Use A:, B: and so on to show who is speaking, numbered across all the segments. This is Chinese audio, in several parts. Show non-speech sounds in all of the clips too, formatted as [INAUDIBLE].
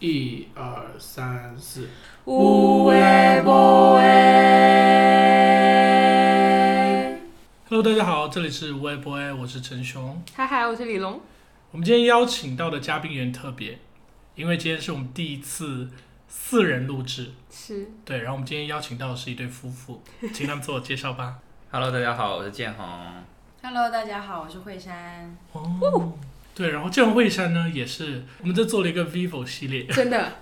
A: 一二三四，
B: 有诶无诶。
A: Hello，大家好，这里是微博哎，我是陈雄。
B: 嗨嗨，我是李龙。
A: 我们今天邀请到的嘉宾有点特别，因为今天是我们第一次四人录制，
B: 是
A: 对。然后我们今天邀请到的是一对夫妇，请他们自我介绍 [LAUGHS] 吧。
C: Hello，大家好，我是建宏。
D: Hello，大家好，我是慧珊。
A: 哦，对。然后建宏惠山呢，也是我们这做了一个 vivo 系列，
B: [LAUGHS] 真的，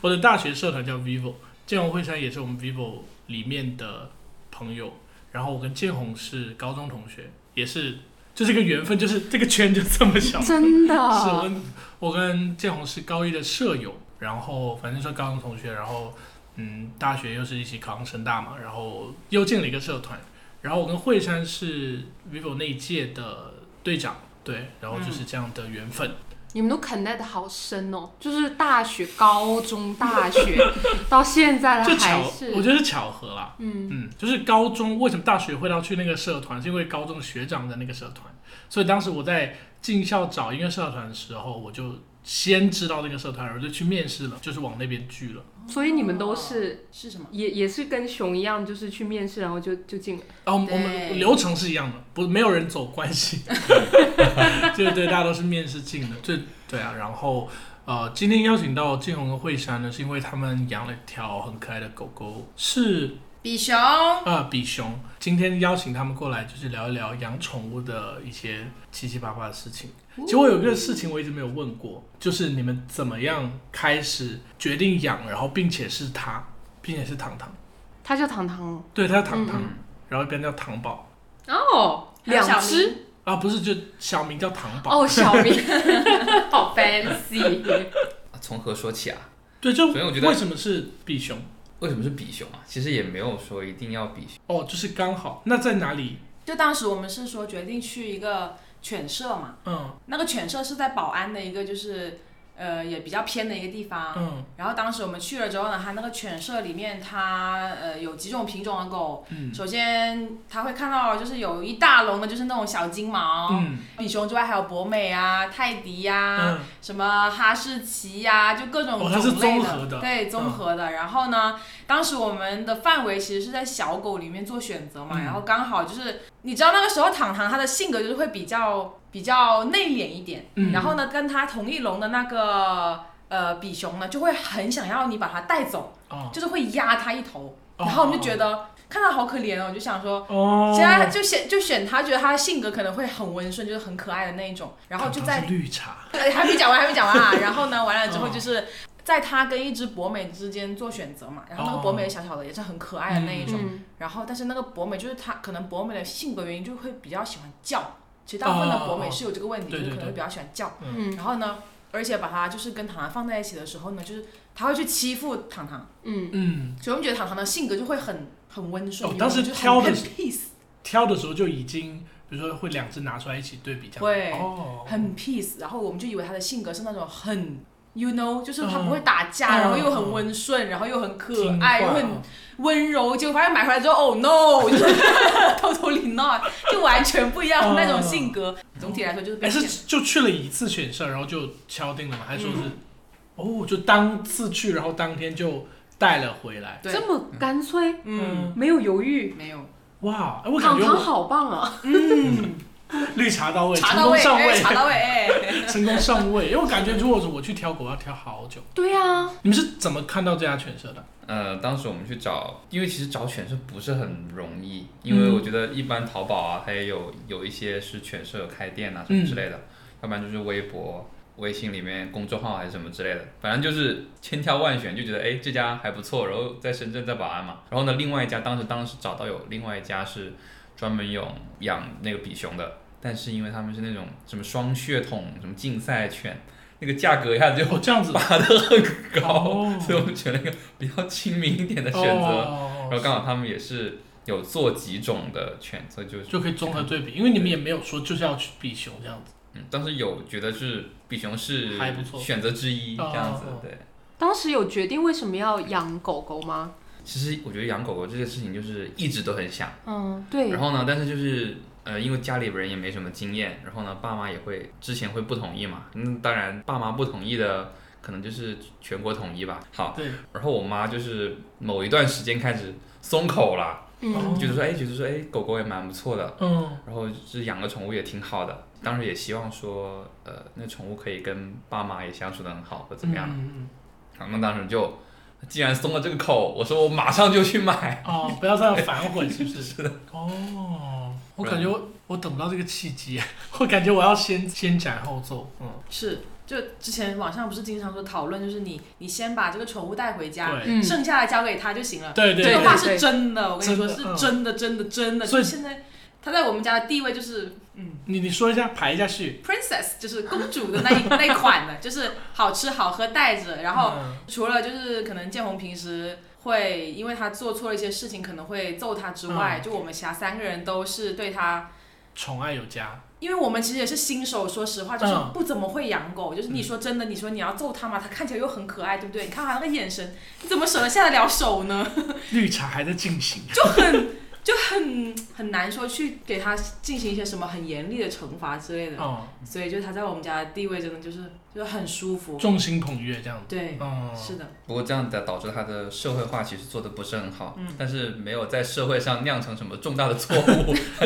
A: 我的大学社团叫 vivo，建宏惠山也是我们 vivo 里面的朋友。然后我跟建宏是高中同学，也是就是一个缘分，就是这个圈就这么小。
B: 真
A: 是我
B: [LAUGHS] 的，
A: 跟我跟建宏是高一的舍友，然后反正是高中同学，然后嗯，大学又是一起考上深大嘛，然后又进了一个社团，然后我跟惠山是 vivo 那一届的队长，对，然后就是这样的缘分，
B: 你们都 connect 得好深哦，就是大学、高中、大 [LAUGHS] 学到现在
A: 就
B: 了
A: 巧
B: 嗯还，是，
A: 我觉得是巧合啦，
B: 嗯，
A: 嗯，就是高中为什么大学会要去那个社团，是因为高中学长的那个社团，所以当时我在进校找音乐社团的时候，我就先知道那个社团，我就去面试了，就是往那边聚了。
B: 所以你们都是
D: 是什么？
B: 也也是跟熊一样，就是去面试，然后就就进了。
A: 然啊后我们我
D: 对
A: 们流程是一样的，不没有人走关系， [LAUGHS] 就对，大家都是面试进的，对对啊。然后呃，今天邀请到建宏跟惠山呢，是因为他们养了一条很可爱的狗狗，是
D: 比熊。
A: 啊、呃比熊。今天邀请他们过来，就是聊一聊养宠物的一些七七八八的事情。其实我有一个事情我一直没有问过，就是你们怎么样开始决定养，然后并且是它，并且是糖糖，
B: 它叫糖糖哦
A: 对，它叫糖糖，
C: 嗯
A: 然后一边叫糖宝。
B: 哦，
D: 还有
B: 两
D: 小
B: 只
D: 明
A: 啊，不是，就小名叫糖宝。
B: 哦，小明， [LAUGHS] 好 fancy，
C: 从何说起啊？
A: 对，就
C: 首先我觉得
A: 为什么是比熊？
C: 为什么是比熊啊？其实也没有说一定要比熊。
A: 哦，就是刚好。那在哪里？
D: 就当时我们是说决定去一个犬舍嘛，
A: 嗯
D: 那个犬舍是在宝安的一个就是呃也比较偏的一个地方。
A: 嗯
D: 然后当时我们去了之后呢，它那个犬舍里面它呃有几种品种的狗。
A: 嗯
D: 首先它会看到就是有一大笼的就是那种小金毛，
A: 嗯
D: 比熊之外还有博美啊、泰迪啊呀、
A: 嗯
D: 什么哈士奇呀、就各种
A: 哦
D: 种类
A: 它
D: 的，
A: 是综合的嗯
D: 对，综合的。然后呢，当时我们的范围其实是在小狗里面做选择嘛，
A: 嗯
D: 然后刚好就是你知道那个时候糖糖它的性格就是会比较比较内敛一点，
A: 嗯
D: 然后呢，跟它同一笼的那个呃比熊呢，就会很想要你把它带走，
A: 哦
D: 就是会压它一头，
A: 哦
D: 然后我们就觉得、看它好可怜哦，就想说。
A: 哦，
D: 现在就选就选它，觉得它性格可能会很温顺，就是很可爱的那一种，然后就
A: 糖
D: 在
A: 糖是绿茶。
D: 对，哎还没讲完，还没讲
A: [LAUGHS]
D: 完啊。然后呢，完了
A: 哦
D: 之后就是在他跟一只博美之间做选择嘛。然后那个博美小小的也是很可爱的那一种。
B: 嗯，
D: 然后，但是那个博美就是他可能博美的性格原因就会比较喜欢叫。其实大部分的博美是有这个问
A: 哦哦哦
D: 题，就是
A: 对
D: 可
A: 对对
D: 能会比较喜欢叫。
B: 嗯
D: 然后呢，而且把它就是跟糖糖放在一起的时候呢，就是他会去欺负糖糖，
B: 嗯，
A: 嗯，
D: 所以我们觉得糖糖的性格就会很很温顺。
A: 哦
D: 你
A: 当时
D: 懂吗就是
A: 挑
D: 很
A: 的
D: 很 peace，
A: 挑的时候就已经，比如说会两只拿出来一起对比这样。
D: 对
A: 哦，
D: 很 peace，然后我们就以为他的性格是那种很，you know，就是他不会
A: 嗯
D: 打架，
A: 嗯
D: 然后又很温顺，然后又很可
A: 听
D: 爱，又
A: 话
D: 很温柔。结果发现买回来之后，哦 no，就是 [LAUGHS] totally not，就完全不一样的那种性格。总体来嗯说就是被
A: 哎，
D: 骗。
A: 是就去了一次选社，然后就敲定了吗？还是说是？
D: 嗯
A: 哦，就当次去，然后当天就带了回来。
D: 对
B: 这么干脆，
D: 嗯，
B: 没有犹豫，
D: 没有，
A: 哇，哎我感
B: 糖
A: 觉
B: 糖
A: 我
B: 好棒啊！
D: 嗯，
A: 绿茶到位，
D: 查
A: 成
D: 到
A: 功
D: 位，
A: 上位
D: 哎，，查到位，哎，
A: 成功上位。因为 [LAUGHS] 我感觉如果是我去挑狗，要挑好久。
B: 对啊，
A: 你们是怎么看到这家犬舍的？
C: 呃，当时我们去找，因为其实找犬舍不是很容易，因为我觉得一般淘宝啊，它也有有一些是犬舍开店啊什么之类的，要不然就是微博、微信里面公众号还是什么之类的，反正就是千挑万选，就觉得哎这家还不错，然后在深圳在宝安嘛，然后呢另外一家当时当时找到有另外一家是专门有养那个比熊的，但是因为他们是那种什么双血统什么竞赛犬，那个价格一下就
A: 哦，这样子。
C: 拔得很高，
A: 哦
C: 所以我们选了一个比较亲民一点的选择。然后
A: 择
C: 刚好他们也是有做几种的犬，所以就是
A: 就可以综合对比，因为你们也没有说就是要去比熊这样子。
C: 嗯，当时有觉得是比熊是
A: 还不错
C: 选择之一
A: 哦
C: 这样子
A: 哦。
C: 对，
B: 当时有决定为什么要养狗狗吗？
C: 其实我觉得养狗狗这件事情就是一直都很想，
B: 嗯，对
C: 然，后呢，但是就是。呃，因为家里人也没什么经验，然后呢，爸妈也会之前会不同意嘛。嗯，当然，爸妈不同意的，可能就是全国统一吧。好，
A: 对，
C: 然后我妈就是某一段时间开始松口了，
A: 哦
B: 嗯，
C: 觉得说，哎，觉得说，哎，狗狗也蛮不错的，
A: 嗯
C: 然后就是养个宠物也挺好的。当时也希望说，呃，那宠物可以跟爸妈也相处的很好，或者怎么样。
A: 嗯，
C: 好，那当时就既然松了这个口，我说我马上就去买。
A: 哦，不要这样反悔，是不
C: [LAUGHS]
A: 是？是的。哦，我感觉我我等不到这个契机， [LAUGHS] 我感觉我要先先斩后奏。嗯，
D: [LAUGHS] 是，就之前网上不是经常说讨论，就是你你先把这个宠物带回家，
A: 对
B: 嗯
D: 剩下的交给他就行了。
A: 对
D: 嗯这
A: 对
D: 个话
A: 对，
D: 是真的，我跟你说
A: 真的嗯
D: 是真的，真的，真的。
A: 所以
D: 就现在他在我们家的地位就是，嗯
A: 你你说一下，排一下序。
D: ，princess 就是公主的
A: [LAUGHS]
D: 那一那一款的，就是好吃好喝带着，然后
A: 嗯
D: 除了就是可能建宏平时会因为他做错了一些事情，可能会揍他之
A: 嗯
D: 外，就我们其他三个人都是对他。
A: 宠爱有加，
D: 因为我们其实也是新手，说实话，就是
A: 嗯
D: 不怎么会养狗。就是你说真的，你说你要揍它嘛，它看起来又很可爱，对不对？你看它那个眼神，你怎么舍得下得了手呢？
A: 绿茶还在进行。
D: 就很就很很难说去给他进行一些什么很严厉的惩罚之类的，
A: 哦，
D: 所以就他在我们家的地位真的就是就是很舒服。
A: 众星捧月这样子。
D: 对，
A: 嗯，
D: 是的，
C: 不过这样的导致它的社会化其实做的不是很好，
D: 嗯
C: 但是没有在社会上酿成什么重大的错误， [LAUGHS]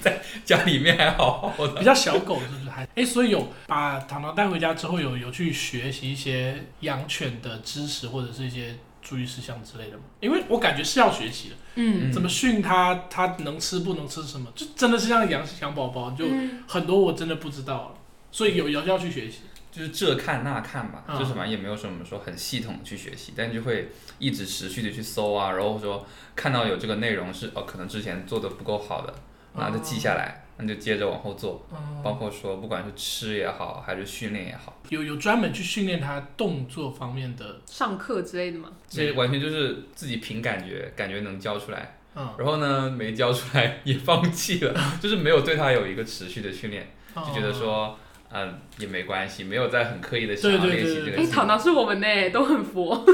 C: 在家里面还好好的。
A: 比较小狗是不是还？哎、所以有把糖糖带回家之后有，有去学习一些养犬的知识或者是一些注意事项之类的吗？因为我感觉是要学习的，
B: 嗯
C: 嗯
A: 怎么训它，它能吃不能吃什么，就真的是像养养宝宝，就
B: 嗯
A: 很多我真的不知道了，所以有要要去学习。
C: 就是这看那看吧，
A: 嗯
C: 就是反正也没有什么说很系统地去学习，但就会一直持续的去搜啊，然后说看到有这个内容是哦，可能之前做的不够好的，然后就记下
A: 哦
C: 来，那就接着往后做，包括说不管是吃也好，还是训练也好，
A: 有有专门去训练它动作方面的，
B: 上课之类的嘛，
C: 这完全就是自己凭感觉，感觉能教出来。
A: 嗯，
C: 然后呢，没教出来也放弃
A: 哦
C: 了， [LAUGHS] 就是没有对它有一个持续的训练，就觉得说，嗯、也没关系，没有在很刻意的想要
A: 对对
C: 练习
A: 对
C: 这
A: 对
C: 个技
B: 哎，
C: 能。
B: 糖糖是我们呢，都很佛，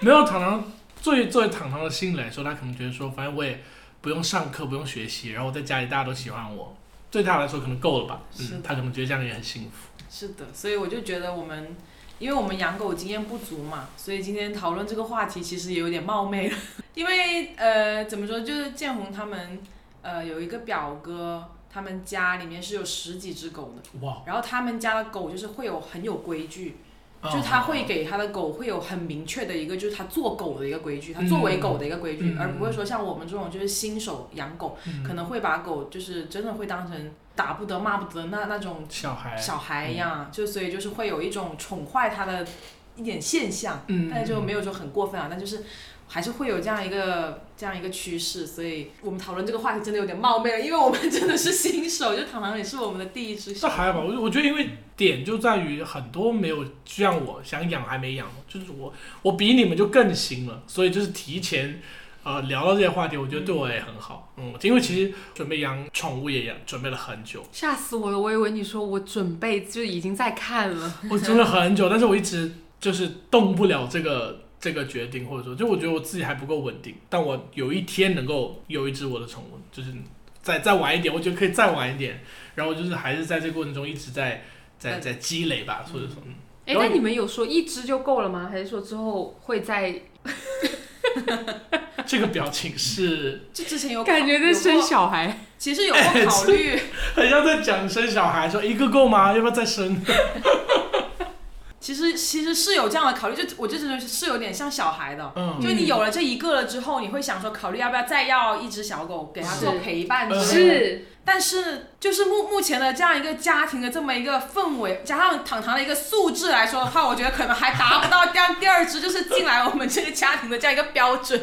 A: 没有糖糖，作为作为糖糖的心理来说，他可能觉得说，反正我也不用上课，不用学习，然后我在家里大家都喜欢我，对他来说可能够了吧？
D: 是
A: 嗯，他可能觉得这样也很幸福。
D: 是的，所以我就觉得我们。因为我们养狗经验不足嘛，所以今天讨论这个话题其实也有点冒昧了。 [LAUGHS] 因为呃，怎么说，就是建宏他们呃有一个表哥，他们家里面是有十几只狗的，
A: 哇，
D: 然后他们家的狗就是会有很有规矩，
A: 哦
D: 就是他会给他的狗会有很明确的一个，就是他做狗的一个规矩，他作为狗的一个规矩，
A: 嗯
D: 而不会说像我们这种就是新手养狗，
A: 嗯
D: 可能会把狗就是真的会当成打不得骂不得那那种
A: 小孩，
D: 小孩一
A: 哎嗯
D: 样，就所以就是会有一种宠坏它的一点现象，
A: 嗯，
D: 但是就没有说很过分啊，但就是。还是会有这样一个这样一个趋势，所以我们讨论这个话题真的有点冒昧了，因为我们真的是新手，就糖糖也是我们的第一只
A: 这
D: 小狗。
A: 还好吧，我我觉得因为点就在于很多没有像我想养还没养，就是我我比你们就更新了，所以就是提前呃聊到这些话题，我觉得对我也很好。嗯，因为其实准备养宠物也养准备了很久，
B: 吓死我了，我以为你说我准备就已经在看了，
D: [LAUGHS]
A: 我真的很久，但是我一直就是动不了这个这个决定，或者说，就我觉得我自己还不够稳定。但我有一天能够有一只我的宠物，就是再再晚一点，我觉得可以再晚一点。然后就是还是在这个过程中一直在在
D: 嗯
A: 在积累吧，或者说，嗯
B: 哎，
A: 然后
B: 那你们有说一只就够了吗？还是说之后会再
A: 嗯这个表情是
D: 就之前有
B: 感觉在
D: 有
B: 生
D: 过
B: 小孩？
D: 其实有过考虑，
A: 很像在讲生小孩，说一个够吗？要不要再生？
D: 其实其实是有这样的考虑，就我就真的是有点像小孩的。
A: 嗯，
D: 就你有了这一个了之后，你会想说，考虑要不要再要一只小狗给它做
B: 是
D: 陪伴
A: 嗯
D: 之类的。
B: 是，
D: 但是就是目目前的这样一个家庭的这么一个氛围，加上糖糖的一个素质来说的话，我觉得可能还达不到这样第二只就是进来我们这个家庭的这样一个标准。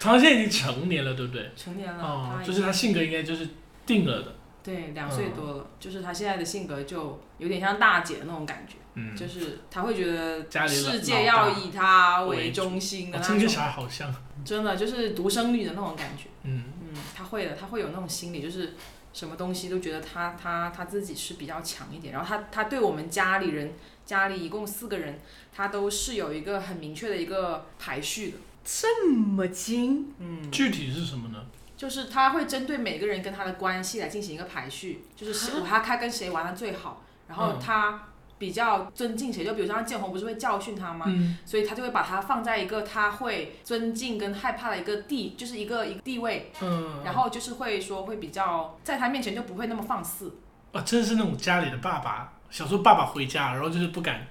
A: 唐现在已经成年了，对不对？
D: 成年了，
A: 哦
D: 嗯他，已
A: 就是他嗯性格应该就是定了的，
D: 对两岁多了，就是他现在的性格就有点像大姐那种感觉。
A: 嗯，
D: 就是他会觉得
A: 家里老
D: 世界要以他为中心的
A: 我
D: 那
A: 听跟哦
D: 种，
A: 小孩好像，
D: 真的就是独生女的那种感觉。
A: 嗯。
D: 嗯，他会的，他会有那种心理，就是什么东西都觉得他他他自己是比较强一点。然后他他对我们家里人，家里一共四个人，他都是有一个很明确的一个排序的。
B: 这么精，
D: 嗯，
A: 具体是什么呢？
D: 就是他会针对每个人跟他的关系来进行一个排序，就是谁
B: 啊
D: 我他他跟谁玩的最好，然后
A: 嗯
D: 他。比较尊敬谁，就比如像建宏不是会教训他吗？
A: 嗯
D: 所以他就会把他放在一个他会尊敬跟害怕的一个地，就是一个一个地位，
A: 嗯，
D: 然后就是会说会比较在他面前就不会那么放肆，
A: 啊，真的是那种家里的爸爸，小时候爸爸回家，然后就是不敢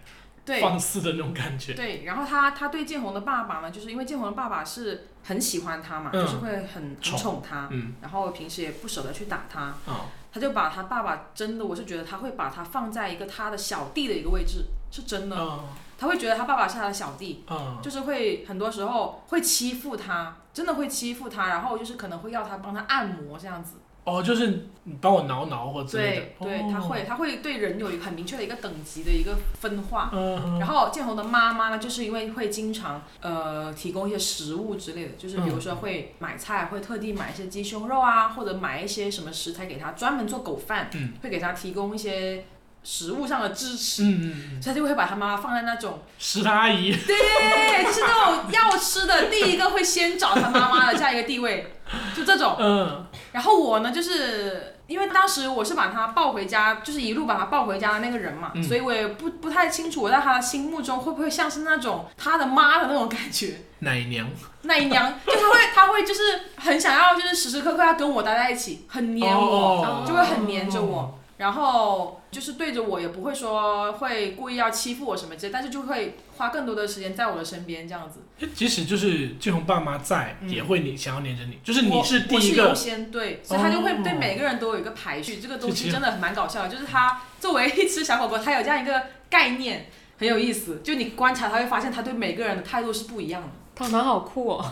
D: 对，
A: 放肆的那种感觉。
D: 对，然后他他对建宏的爸爸呢，就是因为建宏的爸爸是很喜欢他嘛，
A: 嗯
D: 就是会很很
A: 宠
D: 宠他，
A: 嗯
D: 然后平时也不舍得去打他，
A: 啊，
D: 他就把他爸爸真的，我是觉得他会把他放在一个他的小弟的一个位置，是真的，
A: 嗯
D: 他会觉得他爸爸是他的小弟，
A: 嗯
D: 就是会很多时候会欺负他，真的会欺负他，然后就是可能会要他帮他按摩这样子，
A: 哦，就是你帮我挠挠或之类的
D: 对。对
A: 哦，
D: 他会。他会对人有一个很明确的一个等级的一个分化，
A: 嗯，
D: 啊然后建宏的妈妈呢，就是因为会经常呃提供一些食物之类的，就是比如说会买菜，会特地买一些鸡胸肉啊，或者买一些什么食材给他，专门做狗饭，
A: 嗯
D: 会给他提供一些食物上的支持。
A: 嗯嗯嗯，
D: 所以他就会把他妈妈放在那种，
A: 食堂阿姨，
D: 对，哎就是那种要吃的第一个会先找他妈妈的这样一个地位， [LAUGHS] 就这种。
A: 嗯
D: 然后我呢，就是因为当时我是把他抱回家，就是一路把他抱回家的那个人嘛，
A: 嗯
D: 所以我也不不太清楚我在他的心目中会不会像是那种他的妈的那种感觉。 [LAUGHS]
A: 奶娘，
D: 那姨娘就他会，他会就是很想要，就是时时刻刻要跟我待在一起，很黏我，
A: 哦
D: 就会很黏着我，然后就是对着我也不会说会故意要欺负我什么之类，但是就会花更多的时间在我的身边这样子。
A: 即使就是俊宏爸妈在，
D: 嗯
A: 也会你想要黏着你，就是你
D: 我
A: 是第
D: 我
A: 一
D: 是
A: 个
D: 优，先对，所以他就会对
A: 哦
D: 每个人都有一个排序，这个东
A: 这其
D: 西
A: 实
D: 真的蛮搞笑的。就是他作为一只小狗狗，它有这样一个概念，很有意思。就你观察，他会发现他对每个人的态度是不一样的。
B: 糖糖好酷哦！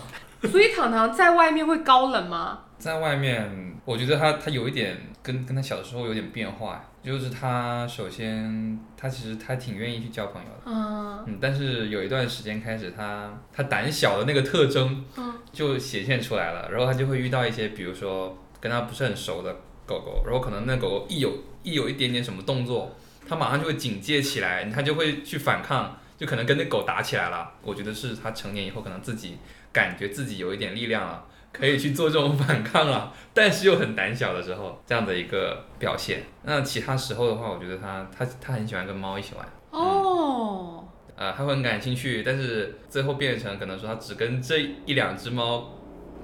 B: 所以糖糖在外面会高冷吗？
C: 在外面，我觉得他他有一点跟跟他小时候有点变化，就是他首先他其实他挺愿意去交朋友的，
B: 嗯
C: 嗯，但是有一段时间开始他他胆小的那个特征
B: 嗯
C: 就显现出来了，然后他就会遇到一些比如说跟他不是很熟的狗狗，然后可能那狗狗一有一有一点点什么动作，他马上就会警戒起来，他就会去反抗，就可能跟那狗打起来了。我觉得是他成年以后可能自己感觉自己有一点力量了，可以去做这种反抗了， [LAUGHS] 但是又很胆小的时候这样的一个表现。那其他时候的话，我觉得他他他很喜欢跟猫一起玩。
B: 哦，
C: 呃，他会很感兴趣，但是最后变成可能说他只跟这一两只猫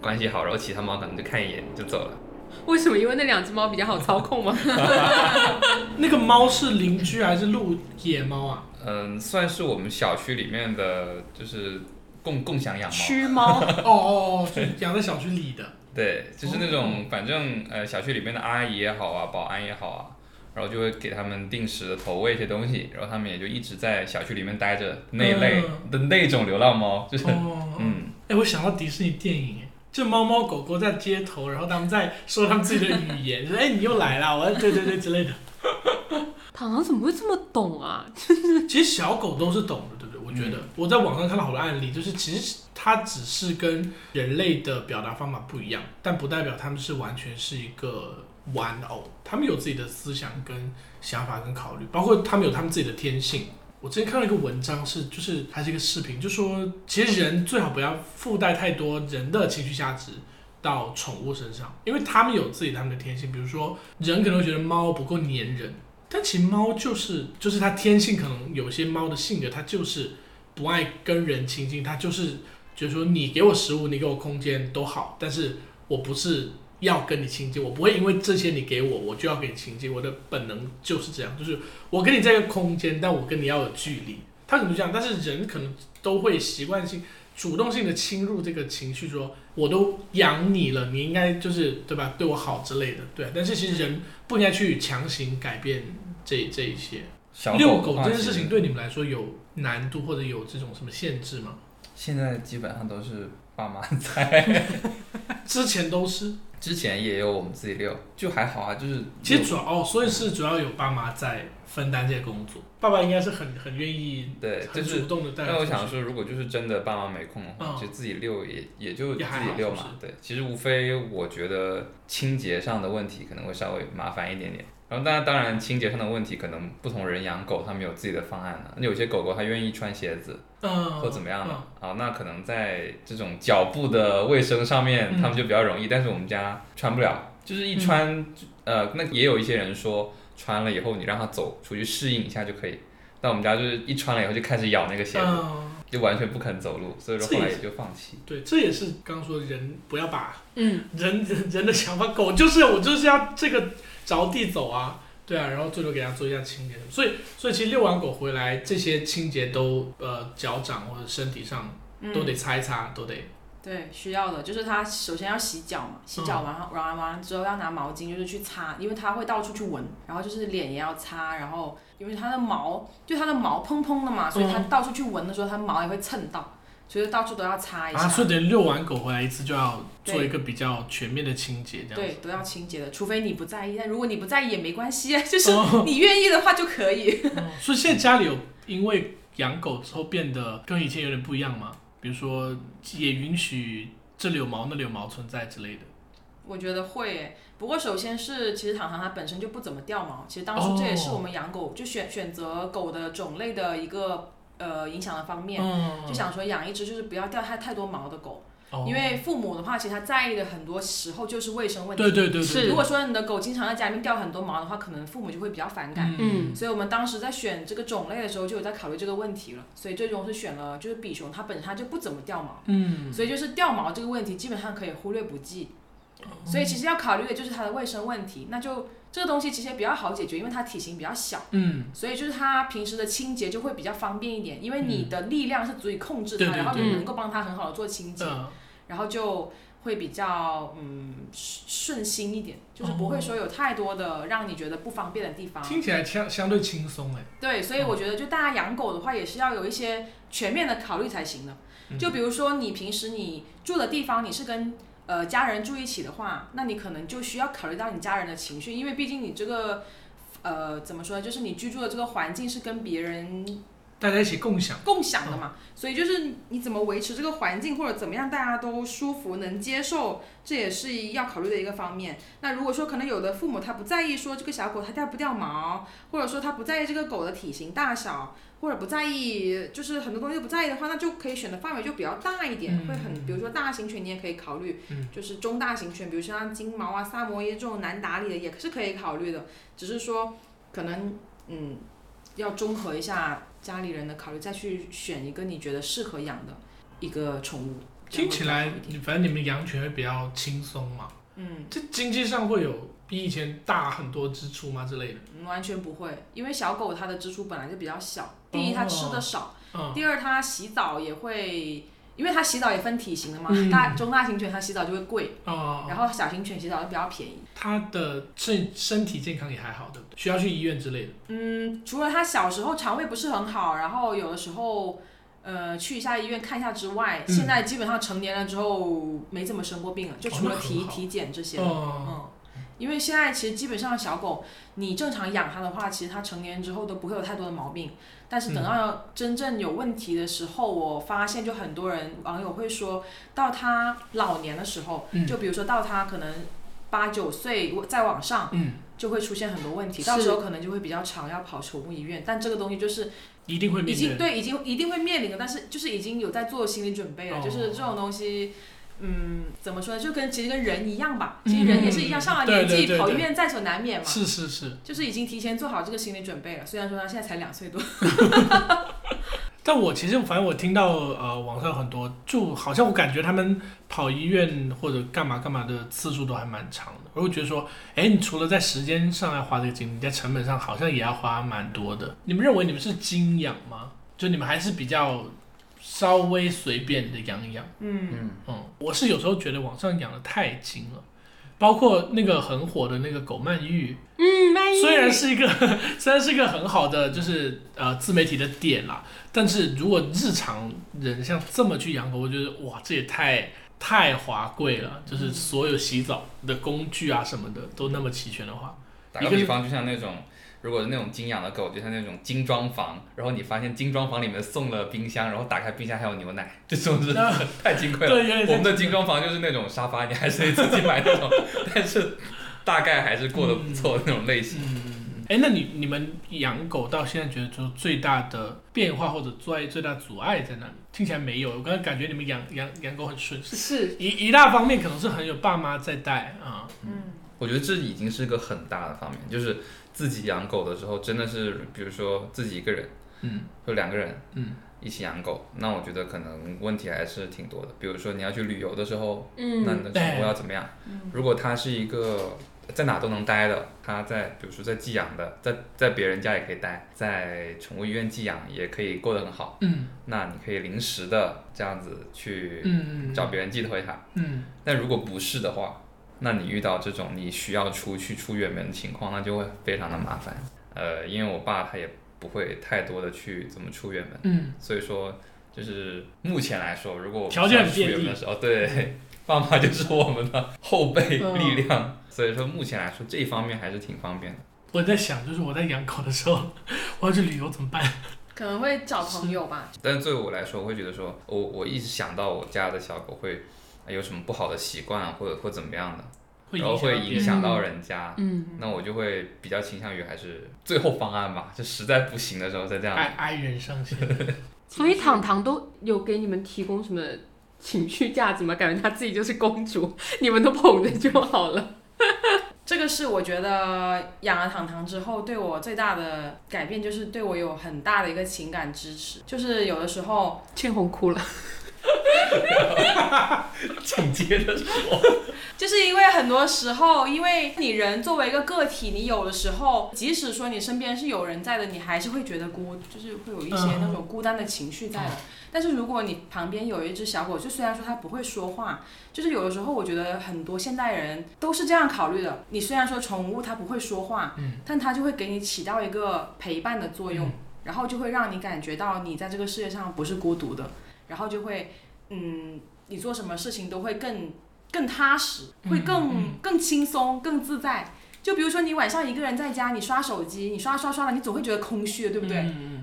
C: 关系好，然后其他猫可能就看一眼就走了。
B: 为什么？因为那两只猫比较好操控吗？
A: 那个猫是邻居还是路野猫
D: [LAUGHS]
A: 啊？
C: 嗯，算是我们小区里面的就是共共享养猫，
B: 驱猫，
A: 哦哦
B: [LAUGHS]
A: 哦，就是养在小区
D: [LAUGHS]
A: 里的，
C: 对，就是那
A: 哦
C: 种、反正呃小区里面的阿姨也好啊，保安也好啊。然后就会给他们定时的投喂一些东西，然后他们也就一直在小区里面待着那一类的那种流浪猫，就是、
A: 嗯哦，嗯。
C: [LAUGHS] 嗯，
A: 哎、我想到迪士尼电影，哎，就猫猫狗狗在街头，然后他们在说他们自己的语言，就是哎、你又来啦，我对对对之类的。
B: 糖糖怎么会这么懂啊？
A: 其实小狗都是懂的，对不对？我觉得、我在网上看到好多案例，就是其实它只是跟人类的表达方法不一样，但不代表它们是完全是一个玩偶，它们有自己的思想跟想法跟考虑，包括它们有它们自己的天性。我之前看到一个文章是，就是还是一个视频，就说其实人最好不要附带太多人的情绪价值到宠物身上，因为它们有自己它们的天性。比如说，人可能会觉得猫不够粘人，但其实猫就是就是它天性，可能有些猫的性格，它就是不爱跟人亲近，它就是觉得说你给我食物，你给我空间都好，但是我不是要跟你亲近，我不会因为这些你给我，我就要跟你亲近，我的本能就是这样，就是我跟你在一个空间，但我跟你要有距离，它可能就这样，但是人可能都会习惯性。主动性的侵入这个情绪说，我都养你了，你应该就是对吧，对我好之类的，对啊。但是其实人不应该去强行改变这这一些。
C: 小
A: 遛
C: 狗的
A: 狗
C: 话
A: 这件
C: 其
A: 事
C: 实
A: 情对你们来说有难度或者有这种什么限制
C: [LAUGHS]
A: 吗？
C: 现在基本上都是爸妈在，
A: 之前都是，
C: 之前也有我们自己遛，就还好啊，就是
A: 其实主要哦，所以是主要有爸妈在分担这些工作，爸爸应该是很很愿意、
C: 对，就
A: 很
C: 是
A: 主动的带他
C: 那
A: 出
C: 我
A: 去。
C: 想说，如果就是真的爸妈没空的话，
A: 嗯
C: 其实自己遛也也就自
A: 也还好
C: 己遛
A: 是
C: 嘛。对，其实无非我觉得清洁上的问题可能会稍微麻烦一点点。然后当然，当然清洁上的问题可能不同人养狗，他们有自己的方案啊。那有些狗狗它愿意穿鞋子
A: 嗯，
C: 或怎么样的
A: 嗯
C: 啊，那可能在这种脚部的卫生上面，
A: 嗯
C: 他们就比较容易。但是我们家穿不了，就是一穿，呃，那也有一些人说穿了以后你让它走出去适应一下就可以。但我们家就是一穿了以后就开始咬那个鞋子，
A: 嗯，
C: 就完全不肯走路，所以说后来也就放弃。
A: 对，这也是刚刚说的人不要把
B: 嗯，
A: 人 [LAUGHS] 人人的想法，狗就是我就是要这个着地走啊，对啊，然后最多给它做一下清洁什么，所以所以其实遛完狗回来，这些清洁都呃脚掌或者身体上
D: 嗯
A: 都得擦一擦，都得
D: 对，需要的就是它首先要洗脚嘛，洗
A: 嗯
D: 脚完后，完完之后要拿毛巾就是去擦，因为它会到处去闻，然后就是脸也要擦，然后因为它的毛，就它的毛蓬蓬的嘛，所以它
A: 嗯
D: 到处去闻的时候，它毛也会蹭到，所以到处都要擦一下。
A: 啊，所以得遛完狗回来一次就要做
D: 对
A: 一个比较全面的清洁，这样
D: 对
A: 子，。
D: 都要清洁的，除非你不在意，但如果你不在意也没关系啊， [LAUGHS] 就是
A: 哦
D: 你愿意的话就可以。
A: 哦所以现在家里有因为养狗之后变得跟以前有点不一样吗？比如说也允许这里有毛那里有毛存在之类的。
D: 我觉得会耶，不过首先是其实糖糖它本身就不怎么掉毛，其实当初这也是
A: 哦
D: 我们养狗就选选择狗的种类的一个呃影响的方面。
A: 嗯
D: 就想说养一只就是不要掉太太多毛的狗，
A: 哦
D: 因为父母的话，其实他在意的很多时候就是卫生问题。
A: 对对对对
B: 是
D: 如果说你的狗经常在家里面掉很多毛的话，可能父母就会比较反感。
B: 嗯
D: 所以我们当时在选这个种类的时候，就有在考虑这个问题了。所以最终是选了就是比熊，它本身它就不怎么掉毛，
A: 嗯，
D: 所以就是掉毛这个问题基本上可以忽略不计。
A: 哦
D: 所以其实要考虑的就是它的卫生问题，那就这个东西其实也比较好解决，因为它体型比较小。
A: 嗯
D: 所以就是它平时的清洁就会比较方便一点，因为你的力量是足以控制
A: 嗯
D: 它，
A: 对对
D: 然后
B: 对
D: 你能够帮它很好的做清洁，
A: 呃
D: 然后就会比较嗯顺顺心一点，
A: 哦
D: 就是不会说有太多的让你觉得不方便的地方。
A: 听起来相相对轻松哎，
D: 对，所以我觉得就大家养狗的话，也是要有一些全面的考虑才行的。就比如说你平时你住的地方，你是跟呃家人住一起的话，那你可能就需要考虑到你家人的情绪，因为毕竟你这个呃怎么说呢，就是你居住的这个环境是跟别人
A: 大家一起共享。
D: 共享的嘛，
A: 嗯
D: 所以就是你怎么维持这个环境，或者怎么样大家都舒服能接受，这也是要考虑的一个方面。那如果说可能有的父母他不在意说这个小狗它掉不掉毛，或者说他不在意这个狗的体型大小，或者不在意就是很多东西都不在意的话，那就可以选的范围就比较大一点，
A: 嗯
D: 会很比如说大型犬你也可以考虑，
A: 嗯
D: 就是中大型犬，比如像金毛啊、萨摩耶这种难打理的也是可以考虑的，只是说可能嗯。要综合一下家里人的考虑，再去选一个你觉得适合养的一个宠物。这
A: 听
D: 样会
A: 起
D: 比较好
A: 来
D: 一点，
A: 反正你们养犬会比较轻松嘛，
D: 嗯
A: 这经济上会有比以前大很多支出吗之类的？
D: 嗯，完全不会，因为小狗它的支出本来就比较小，第一它吃的少，
A: 嗯，
D: 第二它洗澡也会，因为它洗澡也分体型的嘛，
A: 嗯
D: 大中大型犬它洗澡就会贵，
A: 哦、
D: 然后小型犬洗澡就比较便宜。
A: 它的身身体健康也还好，对不对？需要去医院之类的。
D: 嗯，除了它小时候肠胃不是很好，然后有的时候。呃，去一下医院看一下之外，
A: 嗯
D: 现在基本上成年了之后没怎么生过病了，就
A: 哦
D: 除
A: 那
D: 了
A: 很
D: 体、
A: 好
D: 体检这些。
A: 哦、
D: 嗯，因为现在其实基本上小狗，你正常养它的话，其实它成年之后都不会有太多的毛病。但是等到真正有问题的时候，我发现就很多人网友会说到它老年的时候，
A: 嗯
D: 就比如说到它可能八九岁再往上，
A: 嗯，
D: 就会出现很多问题，
B: 是
D: 到时候可能就会比较长要跑宠物医院。但这个东西就是
A: 一定会
D: 已
A: 面
D: 经
A: 对。
D: 对，已经一定会面临的，但是就是已经有在做心理准备了，
A: 哦
D: 就是这种东西。嗯，怎么说呢？就跟其实跟人一样吧，
A: 嗯
D: 其实人也是一样，上了
A: 对
D: 年
A: 对
D: 纪
A: 对
D: 跑医
A: 对
D: 院在所难免嘛，
A: 是是是，
D: 就是已经提前做好这个心理准备了。虽然说他现在才两岁多，
A: 但我其实反正我听到呃网上很多，就好像我感觉他们跑医院或者干嘛干嘛的次数都还蛮长的。我会觉得说，哎，你除了在时间上要花这个精力，你在成本上好像也要花蛮多的。你们认为你们是精养吗？就你们还是比较稍微随便的养一养？
D: 嗯，
C: 嗯，
A: 嗯，我是有时候觉得网上养的太精了。包括那个很火的那个狗曼玉，
B: 嗯，万一
A: 虽然是一个 [LAUGHS] 虽然是一个很好的就是呃自媒体的点啦，但是如果日常人像这么去养狗，我觉得哇，这也太太华贵了。就是所有洗澡的工具啊什么的都那么齐全的话，
C: 打个比方，就像那种。如果是那种精养的狗，就像那种精装房，然后你发现精装房里面送了冰箱，然后打开冰箱还有牛奶，这种是
A: 那
C: [LAUGHS] 太金贵了。
A: 对，有啊点
C: 我们的
A: 像
C: 精装房就是那种沙发，你还是得自己买那种，但是大概还是过得不错的那种
A: [LAUGHS]
C: 类型。
A: 嗯，哎，那你你们养狗到现在觉得说最大的变化或者最最大阻碍在哪里？听起来没有，我刚才感觉你们养养养狗很顺，
B: 是
A: 一一大方面可能是很有爸妈在带啊，
D: 嗯
C: 我觉得这已经是个很大的方面，就是自己养狗的时候，真的是比如说自己一个人，
A: 嗯
C: 就两个人，
A: 嗯，
C: 一起养狗，那我觉得可能问题还是挺多的。比如说你要去旅游的时候，那你
B: 嗯
C: 的宠物要怎么样？如果它是一个在哪都能待的，它在比如说在寄养的，在在别人家也可以待，在宠物医院寄养也可以过得很好，
A: 嗯
C: 那你可以临时的这样子去
A: 嗯
C: 找别人寄托一下。
A: 嗯
C: 但如果不是的话，那你遇到这种你需要出去出远门的情况，那就会非常的麻烦。呃，因为我爸他也不会太多的去怎么出远门。
A: 嗯
C: 所以说，就是目前来说，如果我们
A: 条件很
C: 需要
A: 便利
C: 出游的时候，对，爸妈就是我们的后备
B: 嗯
C: 力量。所以说，目前来说这一方面还是挺方便的。
A: 我在想，就是我在养狗的时候， [LAUGHS] 我要去旅游怎么办？
D: 可能会找朋友吧，
C: 但是对我来说，我会觉得说，我我一直想到我家的小狗会呃有什么不好的习惯啊，或者或怎么样的，
A: 会
C: [LAUGHS] 然后会
A: 影
C: 影响
A: 响
C: 到人家。
B: 嗯，
C: 那我就会比较倾向于还是最后方案吧，就实在不行的时候再这
A: 到别人
C: 样。
A: 爱爱人上线。
D: [LAUGHS]
B: 所以糖糖都有给你们提供什么情绪价值吗？感觉她自己就是公主， [LAUGHS] 你们都捧着就好了。
D: 这个是我觉得养了糖糖之后对我最大的改变，就是对我有很大的一个情感支持。就是有的时候，
B: 倩红哭了，
C: 紧接着说，
D: 就是因为很多时候，因为你人作为一个个体，你有的时候，即使说你身边是有人在的，你还是会觉得孤，就是会有一些
A: 嗯
D: 那种孤单的情绪在的。但是如果你旁边有一只小狗，就虽然说它不会说话，就是有的时候我觉得很多现代人都是这样考虑的。你虽然说宠物它不会说话，
A: 嗯，
D: 但它就会给你起到一个陪伴的作用，
A: 嗯
D: 然后就会让你感觉到你在这个世界上不是孤独的，然后就会，嗯，你做什么事情都会更更踏实，会更、
A: 嗯
D: 更轻松、更自在。就比如说你晚上一个人在家，你刷手机，你刷刷刷的，你总会觉得空虚，对不对？
A: 嗯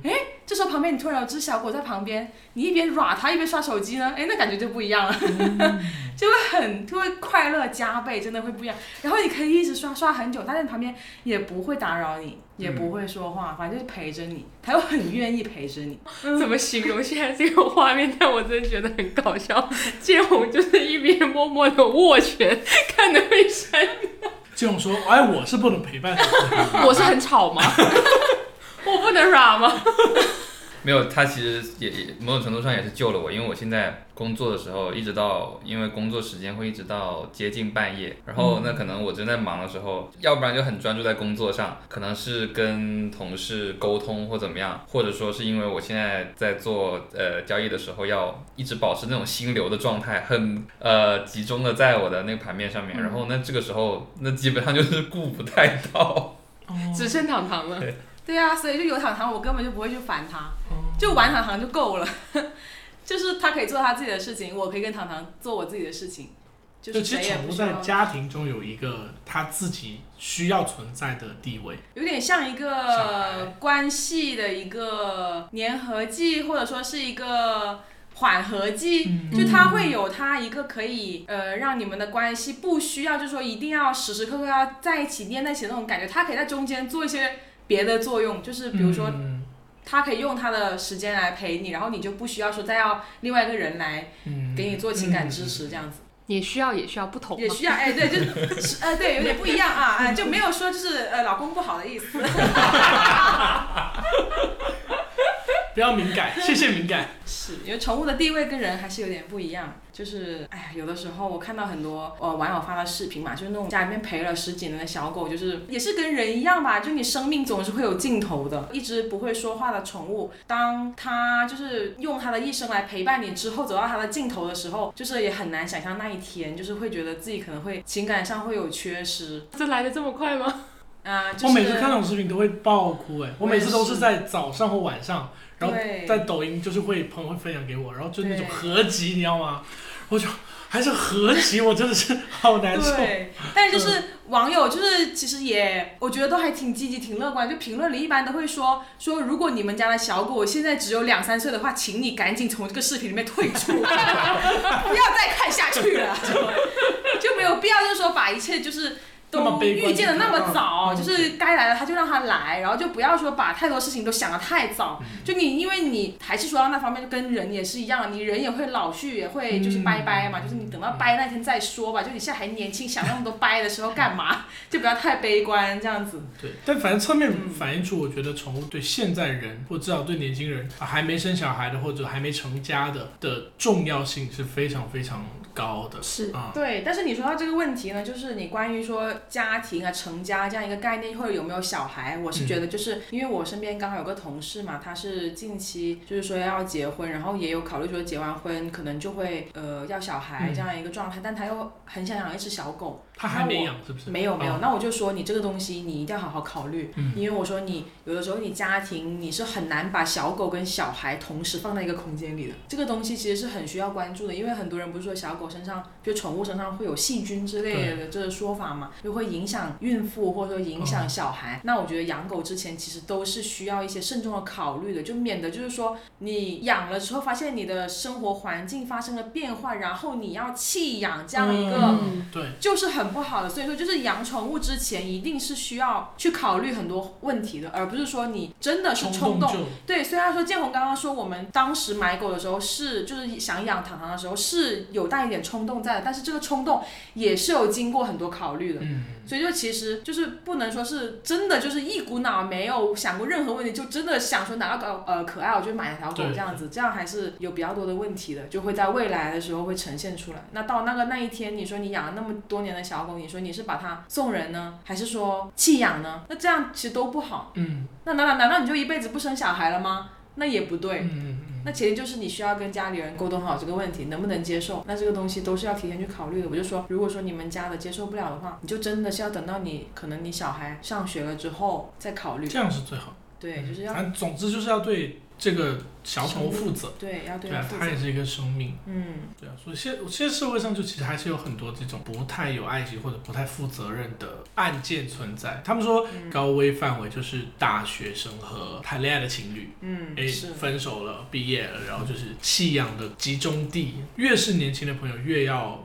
D: 这时候旁边你突然有只小狗在旁边，你一边耍它一边刷手机呢，哎，那感觉就不一样了，
A: 嗯
D: [LAUGHS] 就会很就会快乐加倍，真的会不一样。然后你可以一直刷刷很久，它在旁边也不会打扰你，也
A: 嗯
D: 不会说话，反正就是陪着你，它又很愿意陪着你。
B: 嗯怎么形容现在这个画面？但我真的觉得很搞笑。建红就是一边默默的握拳， [LAUGHS] 看得会删。
A: 这种说，哎，我是不能陪伴的。
B: [LAUGHS] 我是很吵吗？ [LAUGHS] 我不能软
A: 哦
B: 吗？
C: 没有，他其实也也某种程度上也是救了我，因为我现在工作的时候，一直到因为工作时间会一直到接近半夜，然后那可能我正在忙的时候，要不然就很专注在工作上，可能是跟同事沟通或怎么样，或者说是因为我现在在做呃交易的时候，要一直保持那种心流的状态，很呃集中的在我的那个盘面上面，然后那这个时候那基本上就是顾不太到，
B: 只剩糖糖了。
D: 对啊，所以就有糖糖，我根本就不会去烦它，
A: 哦
D: [LAUGHS] 就玩糖糖就够了。 [LAUGHS] 就是它可以做它自己的事情，我可以跟糖糖做我自己的事情， [LAUGHS] 就
A: 就是其
D: 谁
A: 实
D: 也
A: 宠
D: 不
A: 物
D: 需要
A: 在。家庭中有一个它自己需要存在的地位。
D: 有点像一
A: 小孩
D: 个关系的一个粘合剂，或者说是一个缓和剂，
A: 嗯
D: 就它会有它一个可以呃让你们的关系不需要，就是说一定要时时刻刻要在一起粘在一起的那种感觉，它可以在中间做一些别的作用，就是比如说
A: 嗯，
D: 它可以用它的时间来陪你，然后你就不需要说再要另外一个人来
A: 嗯
D: 给你做情感支持这样子。
B: 也需要，也需要不同
D: 也
B: 嘛。
D: 需要哎，对，就是呃，对，有点不一样啊，哎，就没有说就是呃，老公不好的意思。
A: 嗯不要敏感，谢谢敏感。
D: 是因为宠物的地位跟人还是有点不一样，就是哎呀，有的时候我看到很多呃网友发的视频嘛，就是那种家里面陪了十几年的小狗，就是也是跟人一样吧，就你生命总是会有尽头的。一只不会说话的宠物，当它就是用它的一生来陪伴你之后，走到它的尽头的时候，就是也很难想象那一天，就是会觉得自己可能会情感上会有缺失
B: 这来的这么快吗？
D: 啊、就是
A: 我每次看那种视频都会爆哭哎、我每次都
D: 我也
A: 是
D: 是
A: 在早上或晚上，然后
D: 对
A: 在抖音就是会朋友会分享给我，然后就那种
D: 对
A: 合集，你知道吗？我就还是合集，我真的是好难受。
D: 对，但是就是网友就是其实也，我觉得都还挺积极、挺乐观。就评论里一般都会说说，如果你们家的小狗现在只有两三岁的话，请你赶紧从这个视频里面退
A: [LAUGHS]
D: 出，不要再看下去了，就就没有必要就是说把一切就是。
A: 那么
D: 都
A: 悲观
D: 预见的那么早，
A: 嗯
D: 就是该来的他就让他来，然后就不要说把太多事情都想得太早。就你，因为你还是说到那方面，就跟人也是一样，你人也会老去，也会就是
A: 嗯
D: 拜拜嘛，就是你等到掰那天再说吧。就你现在还年轻，想那么多掰的时候干嘛？ [LAUGHS] 就不要太悲观这样子。
A: 对，但反正侧面
D: 嗯
A: 反映出，我觉得宠物对现在人，或至少对年轻人、啊还没生小孩的或者还没成家的的重要性是非常非常高的
B: 是
A: 啊。
D: 对，但是你说到这个问题呢，就是你关于说家庭啊、成家这样一个概念，或者有没有小孩，我是觉得就是、因为我身边刚好有个同事嘛，他是近期就是说要结婚，然后也有考虑说结完婚可能就会呃要小孩这样一个状态，但他又很想养一只小狗，
A: 他还没养是不是？
D: 没有没有，
A: 啊
D: 那我就说你这个东西你一定要好好考虑，
A: 嗯
D: 哦因为我说你有的时候你家庭你是很难把小狗跟小孩同时放在一个空间里的，这个东西其实是很需要关注的，因为很多人不是说小狗身上就宠物身上会有细菌之类的这个说法嘛，就会影响孕妇或者说影响小孩。那我觉得养狗之前其实都是需要一些慎重的考虑的，就免得就是说你养了之后发现你的生活环境发生了变化，然后你要弃养这样一个。
B: 嗯
A: 对，
D: 就是很不好的。所以说，就是养宠物之前一定是需要去考虑很多问题的，而不是说你真的是冲
A: 冲
D: 动。
A: 就
D: 对，虽然说建宏刚刚说我们当时买狗的时候是就是想养糖糖的时候是有带一点冲动在的，但是这个冲动也是有经过很多考虑的。
A: 嗯，
D: 所以就其实就是不能说是真的，就是一股脑没有想过任何问题，就真的想说哪个狗呃可爱，我就买哪条狗
A: 对
D: 这样子，这样还是有比较多的问题的，就会在未来的时候会呈现出来。那到那个那一天，你说你养了那么多年的小狗，你说你是把它送人呢，还是说弃养呢？那这样其实都不好。
A: 嗯
D: 那难道难道你就一辈子不生小孩了吗？那也不对。
A: 嗯嗯嗯，
D: 那前提就是你需要跟家里人沟通好这个问题，能不能接受？那这个东西都是要提前去考虑的。我就说，如果说你们家的接受不了的话，你就真的是要等到你可能你小孩上学了之后再考虑。
A: 这样是嗯最好。
D: 对，就是要
A: 反正总之就是要对这个小宠物负责，
D: 对要对
A: 对
D: 他
A: 啊，
D: 负责
A: 它。也是一个生命，
D: 嗯，
A: 对啊。所以现现在社会上就其实还是有很多这种不太有爱心或者不太负责任的案件存在。他们说高危范围就是大学生和谈恋爱的情侣。
D: 嗯
A: 诶，
D: 是
A: 分手了，毕业了，然后就是弃养的集中地。越是年轻的朋友，越要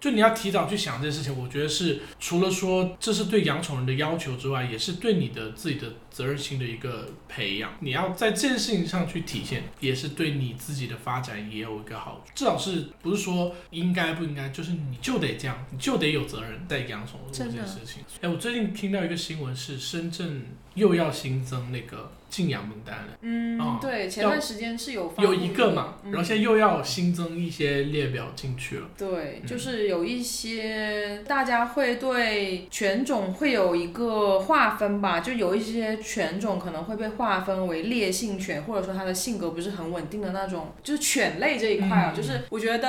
A: 就你要提早去想这件事情。我觉得是除了说这是对养宠人的要求之外，也是对你的自己的责任心的一个培养。你要在这件事情上去体现，也是对你自己的发展也有一个好处。至少是不是说应该不应该，就是你就得这样，你就得有责任在养宠物这
B: 真的
A: 件事情。哎，我最近听到一个新闻是深圳又要新增那个禁养名单了。哦
D: 嗯，对，前段时间是有发
A: 有
D: 布
A: 一
D: 的
A: 个嘛，
D: 嗯
A: 然后现在又要新增一些列表进去了。
D: 对，
A: 嗯
D: 就是有一些大家会对犬种会有一个划分吧，就有一些犬种可能会被划分为烈性犬，或者说它的性格不是很稳定的那种，就是犬类这一块啊，
A: 嗯
D: 就是我觉得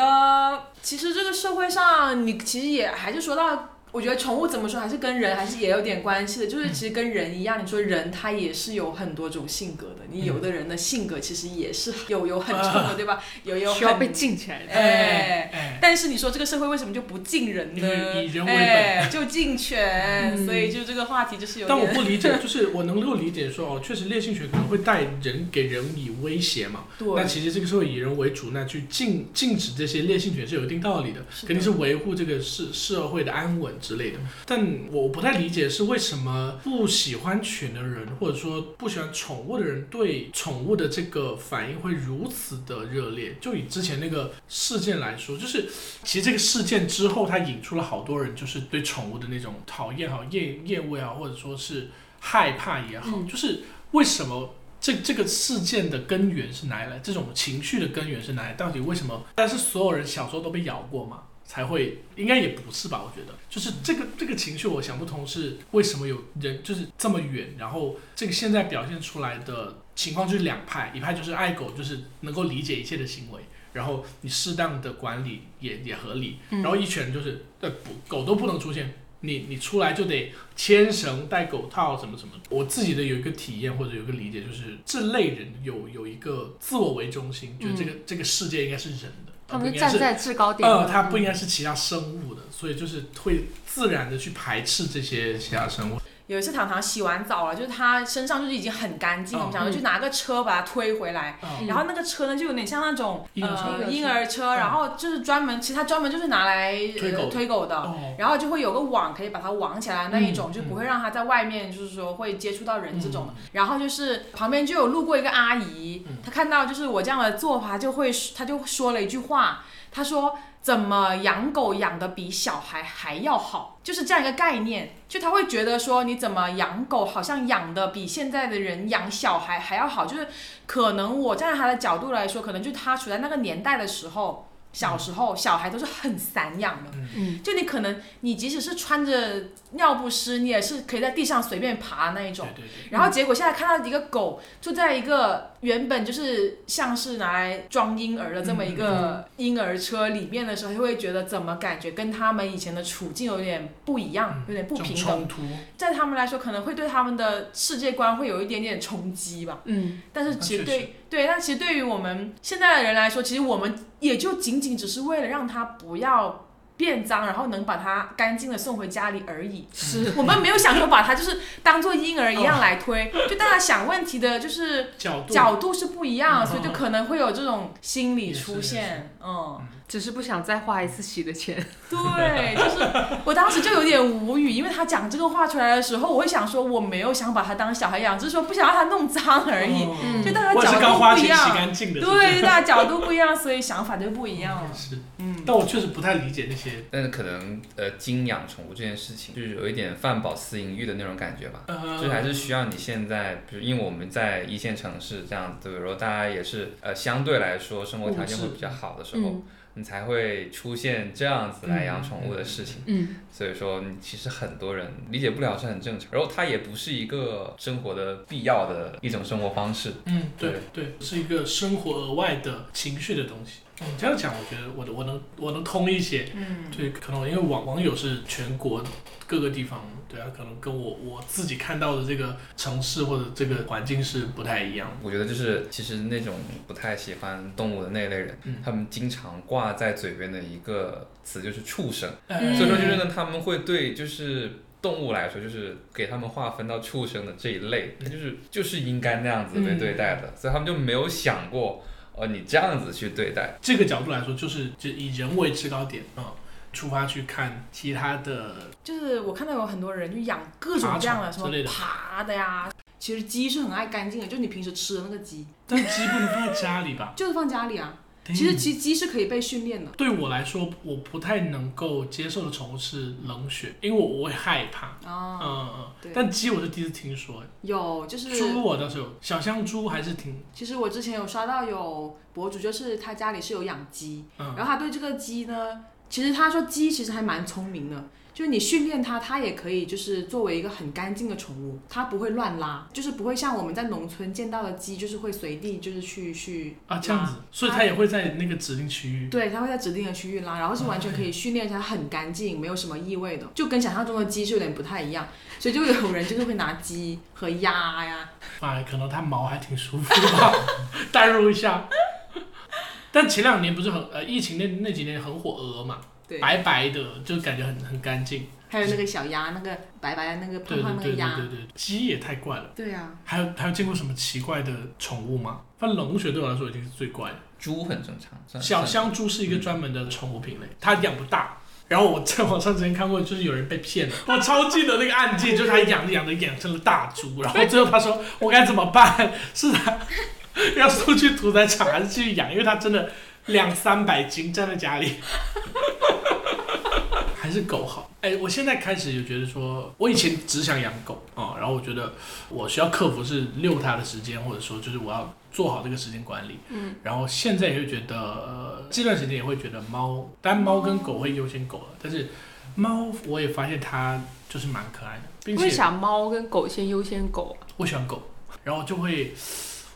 D: 其实这个社会上你其实也还是说到。我觉得宠物怎么说还是跟人还是也有点关系的，就是其实跟人一样，你说人他也是有很多种性格的，你有的人的性格其实也是有
B: [LAUGHS]
D: 有很冲的，对吧？有有
B: 需要
D: 很
B: 被禁起来的。
D: 哎
A: 哎，
D: 但是你说这个社会为什么就不敬人呢？
A: 以以人为本
D: 哎，就敬犬，
B: 嗯
D: 所以就这个话题就是有
A: 但我
D: 点。
A: 不理解，就是我能够理解说哦，确实烈性犬可能会带人给人以威胁嘛。那
D: 对，
A: 其实这个社会以人为主，那去禁禁止这些烈性犬是有一定道理的，
D: 是的
A: 肯定是维护这个社社会的安稳之类的。但我不太理解是为什么不喜欢犬的人，或者说不喜欢宠物的人，对宠物的这个反应会如此的热烈。就以之前那个事件来说，就是其实这个事件之后，它引出了好多人就是对宠物的那种讨厌好厌厌恶也好，或者说是害怕也好，
B: 嗯
A: 就是为什么这这个事件的根源是哪里来？这种情绪的根源是哪里来？到底为什么？但是所有人小时候都被咬过吗？才会应该也不是吧？我觉得就是这个这个情绪，我想不通是为什么有人就是这么远，然后这个现在表现出来的情况就是两派，一派就是爱狗，就是能够理解一切的行为，然后你适当的管理也也合理，
B: 嗯
A: 然后一拳就是呃不狗都不能出现，你你出来就得牵绳、戴狗套什么什么。我自己的有一个体验或者有一个理解，就是这类人有有一个自我为中心，觉得这个、这个世界应该是人的，
B: 嗯他
A: 而不
B: 们
A: 应
B: 是
A: 该
B: 站
A: 是
B: 在制高点
A: 呃，
B: 的，
A: 它不应该是其他生物的，所以就是会自然的去排斥这些其他生物。
D: 有一次糖糖洗完澡了，就是他身上就是已经很干净了，我
A: 嗯
D: 们想说去拿个车把他推回来。
A: 嗯
D: 然后那个车呢，就有点像那种
A: 婴儿
D: 呃
B: 车
D: 婴儿车，
A: 嗯
D: 然后就是专门，其实它专门就是拿来
A: 推狗
D: 呃、推狗的，
A: 哦，
D: 然后就会有个网可以把它网起来的那一种，
A: 嗯
D: 就不会让它在外面就是说会接触到人这种的。然后就是旁边就有路过一个阿姨，
A: 嗯
D: 她看到就是我这样的做法，就会她就说了一句话，她说怎么养狗养的比小孩还要好，就是这样一个概念。就她会觉得说你怎么养狗好像养的比现在的人养小孩还要好，就是可能我站在她的角度来说，可能就她处在那个年代的时候。小时候，小孩都是很散养的，
B: 嗯，
D: 就你可能你即使是穿着尿不湿，你也是可以在地上随便爬那一种
A: 对。对对，
D: 然后结果现在看到一个狗就在一个原本就是像是拿来装婴儿的这么一
A: 嗯
D: 个婴儿车里面的时候，就会觉得怎么感觉跟他们以前的处境有点不一样
A: 嗯，
D: 有点不
A: 这种
D: 平等，
A: 冲突，
D: 在他们来说可能会对他们的世界观会有一点点冲击吧。
B: 嗯，
D: 但是
A: 那
D: 其实
A: 确实
D: 对对，但其实对于我们现在的人来说，其实我们也就仅仅只是为了让它不要变脏，然后能把它干净的送回家里而已。
B: 是
D: 我们没有想说把它就是当做婴儿一样来
A: [LAUGHS]
D: 推，就大家想问题的就是
A: 角度，
D: 角度是不一样，
A: 嗯
D: 所以就可能会有这种心理
A: 也是
D: 出
A: 也是
D: 现。嗯，
B: 只是不想再花一次洗的钱。
D: 对，就是我当时就有点无语，因为他讲这个话出来的时候，我会想说我没有想把它当小孩养，只是说不想让它弄脏而已。
A: 哦
B: 嗯
D: 就大
A: 我也
D: 家
A: 是
D: 角
A: 刚
D: 度
A: 花
D: 不
A: 钱
D: 一
A: 洗
D: 样，
A: 干净的，是不是
D: 对，大家角度不一样，所以想法就不一样
A: [LAUGHS]
D: 了。
A: 是，
D: 嗯，
A: 但我确实不太理解那些，
C: 但是可能呃，精养宠物这件事情，就是有一点饭饱思淫欲的那种感觉吧。
A: 呃，
B: 嗯
C: 就是还是需要你现在，比如因为我们在一线城市这样子，比如说大家也是呃相对来说生活条件会比较好的时候，
B: 嗯
C: 你才会出现这样子来养宠物的事情。
B: [LAUGHS] 嗯，
C: 所以说，你其实很多人理解不了是很正常，然后它也不是一个生活的必要的一种生活方式。
A: 嗯，对对，是一个生活额外的情绪的东西。嗯，这样讲，我觉得我的我能我能通一些。
D: 嗯，
A: 对，可能因为网网友是全国各个地方，对啊，可能跟我我自己看到的这个城市或者这个环境是不太一样的。
C: 我觉得就是，其实那种不太喜欢动物的那类人，
A: 嗯
C: 他们经常挂在嘴边的一个词就是畜生。
D: 嗯
A: 呃
C: 所以说就是呢，他们会对就是动物来说，就是给他们划分到畜生的这一类，它就是就是应该那样子被对待
A: 嗯
C: 的，所以他们就没有想过，哦，你这样子去对待，
A: 这个角度来说，就是就以人为制高点啊、嗯出发去看其他的，
D: 就是我看到有很多人就养各种这样的，
A: 爬
D: 什
A: 虫
D: 么
A: 之类的
D: 爬的呀。其实鸡是很爱干净的，就是你平时吃的那个鸡，
A: 但鸡不能放在家里吧？
D: 就是放家里啊。 [LAUGHS] 其实
A: 嗯
D: 其实鸡是可以被训练的
A: 对我来说，我不太能够接受的宠物是冷血，因为我我会害怕。嗯
D: 啊。
A: 嗯，嗯
D: 对
A: 但鸡我是第一次听说，
D: 有就是，
A: 猪我倒是有，小香猪还是挺，
D: 其实我之前有刷到有博主，就是他家里是有养鸡，
A: 嗯
D: 然后他对这个鸡呢，其实他说鸡其实还蛮聪明的，就是你训练它，它也可以就是作为一个很干净的宠物，它不会乱拉，就是不会像我们在农村见到的鸡，就是会随地就是去去
A: 啊这样
D: 拉
A: 子，所以它也会在那个指定区域。
D: 对，它会在指定的区域拉，然后是完全可以训练一下，很干净，没有什么异味的，就跟想象中的鸡是有点不太一样，所以就有人就是会拿鸡和鸭呀，
A: 啊，可能它毛还挺舒服的吧， [LAUGHS] 代入一下。但前两年不是很呃，疫情那那几年很火鹅嘛，
D: 对，
A: 白白的，就感觉很很干净。
D: 还有那个小鸭，那个白白的那个
A: 对对
D: 胖胖那个
A: 对对
D: 鸭
A: 对，对，鸡也太怪了。
D: 对啊，
A: 还有还有见过什么奇怪的宠物吗？反正冷血对我来说已经是最怪的。
C: 猪很正常。算
A: 小
C: 算
A: 香猪是一个专门的宠物品类，它养不大。然后我在网上之前看过，就是有人被骗
C: [LAUGHS]
A: 了，我超记得那个案件，就是他养着养着养成了大猪，然后最后他说我该怎么办？是他 [LAUGHS] 要送去屠宰场还是去养？因为他真的两三百斤站在家里，还是狗好。哎，我现在开始就觉得说，我以前只想养狗啊、然后我觉得我需要克服是遛它的时间，或者说就是我要做好这个时间管理。
B: 嗯，
A: 然后现在也会觉得，呃，这段时间也会觉得猫，但猫跟狗会优先狗了，但是猫我也发现它就是蛮可爱的，并且
B: 为啥猫跟狗先优先狗啊？
A: 我喜欢狗，然后就会，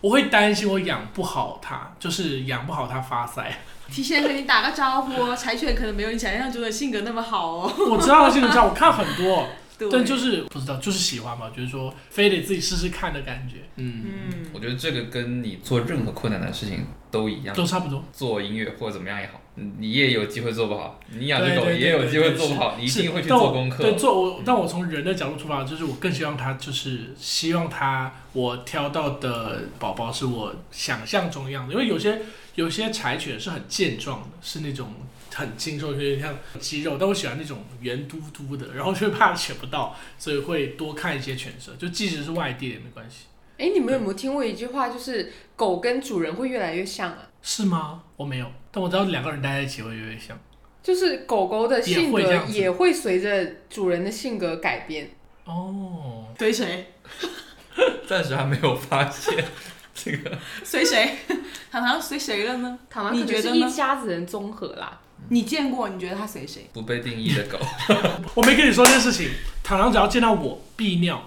A: 我会担心我养不好它，就是养不好它发腮。
D: 提前跟你打个招呼哦，柴犬可能没有你想象中的性格那么好哦，
A: 我知道它性格这样，我看很多，
D: 对，
A: 但就是不知道，就是喜欢吧，就是说非得自己试试看的感觉。嗯，
D: 嗯
C: 我觉得这个跟你做任何困难的事情都一样，
A: 都差不多。
C: 做音乐或者怎么样也好，嗯你也有机会做不好，你养
A: 对
C: 只狗
A: 对对
C: 也有机会
A: 对
C: 做不好，你一
A: 是
C: 定会去
A: 但我
C: 做功课。哦
A: 对，做我，但我从人的角度出发，就是我更希望他，就是希望他，我挑到的宝宝是我想象中的样子。因为有些有些柴犬是很健壮的，是那种很精瘦，有点像肌肉，但我喜欢那种圆嘟嘟的，然后就怕 [LAUGHS] 选不到，所以会多看一些犬舍，就即使是外地的也没关系，
B: 哎，你们有没有听过一句话，就是狗跟主人会越来越像啊？
A: 是吗？我没有，但我知道两个人待在一起会有点像。
B: 就是狗狗的性格
A: 也会这样子
B: 也会随着主人的性格改变。
A: 哦，
D: 随谁？
C: 暂时还没有发现这个。 [LAUGHS]
D: 随谁？ [LAUGHS] 糖糖随谁了呢？
A: 嗯
B: 糖糖
D: 你
B: 可能
D: 觉
B: 是
D: 得呢
B: 一家子人综合啦，
D: 你见过？你觉得他随谁？
C: 不被定义的狗，
A: 我没跟你说这件事情，糖糖只要见到我必尿，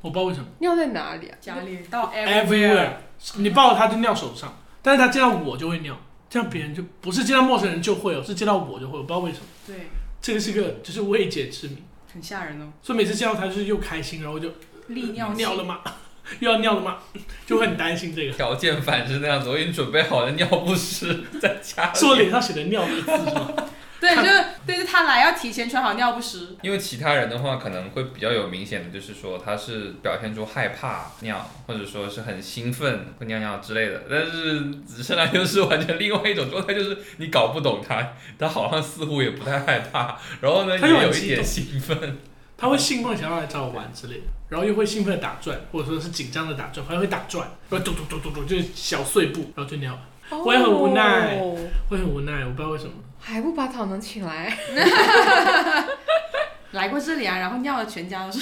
A: 我不知道为什么。
B: 尿在哪里啊？
D: 家里到
A: everywhere，你抱它就尿手上，但是它见到我就会尿，这样别人就不是见到陌生人就会哦，是见到我就会，我不知道为什么，
D: 对，
A: 这个是个就是未解之谜，
D: 很吓人哦。
A: 所以每次见到它就是又开心，然后就
D: 利尿
A: 尿了吗？ [LAUGHS] 又要尿了吗？ [LAUGHS] 就会很担心
C: [LAUGHS]
A: 这个，
C: 条件反是那样子。我已经准备好了尿不湿在家里。
A: 是我脸上写的尿这个字是吗？
D: 对，就是对，就他来要提前穿好尿不湿。
C: 因为其他人的话可能会比较有明显的，就是说他是表现出害怕尿，或者说是很兴奋会尿尿之类的。但是只剩来就是完全另外一种状态，就是你搞不懂他，他好像似乎也不太害怕，然后呢
A: 他就很
C: 也有
A: 激
C: 一点
A: 动
C: 兴奋。
A: 他会兴奋想要来找我玩之类的，然后又会兴奋的打转，或者说是紧张的打转，还会打转，然后嘟嘟嘟嘟嘟就是小碎步，然后就尿了，我也很无奈
B: 哦
A: 会很无奈，我不知道为什么。
B: 还不把糖糖请来？
D: [LAUGHS] 来过这里啊，然后尿了全家都是。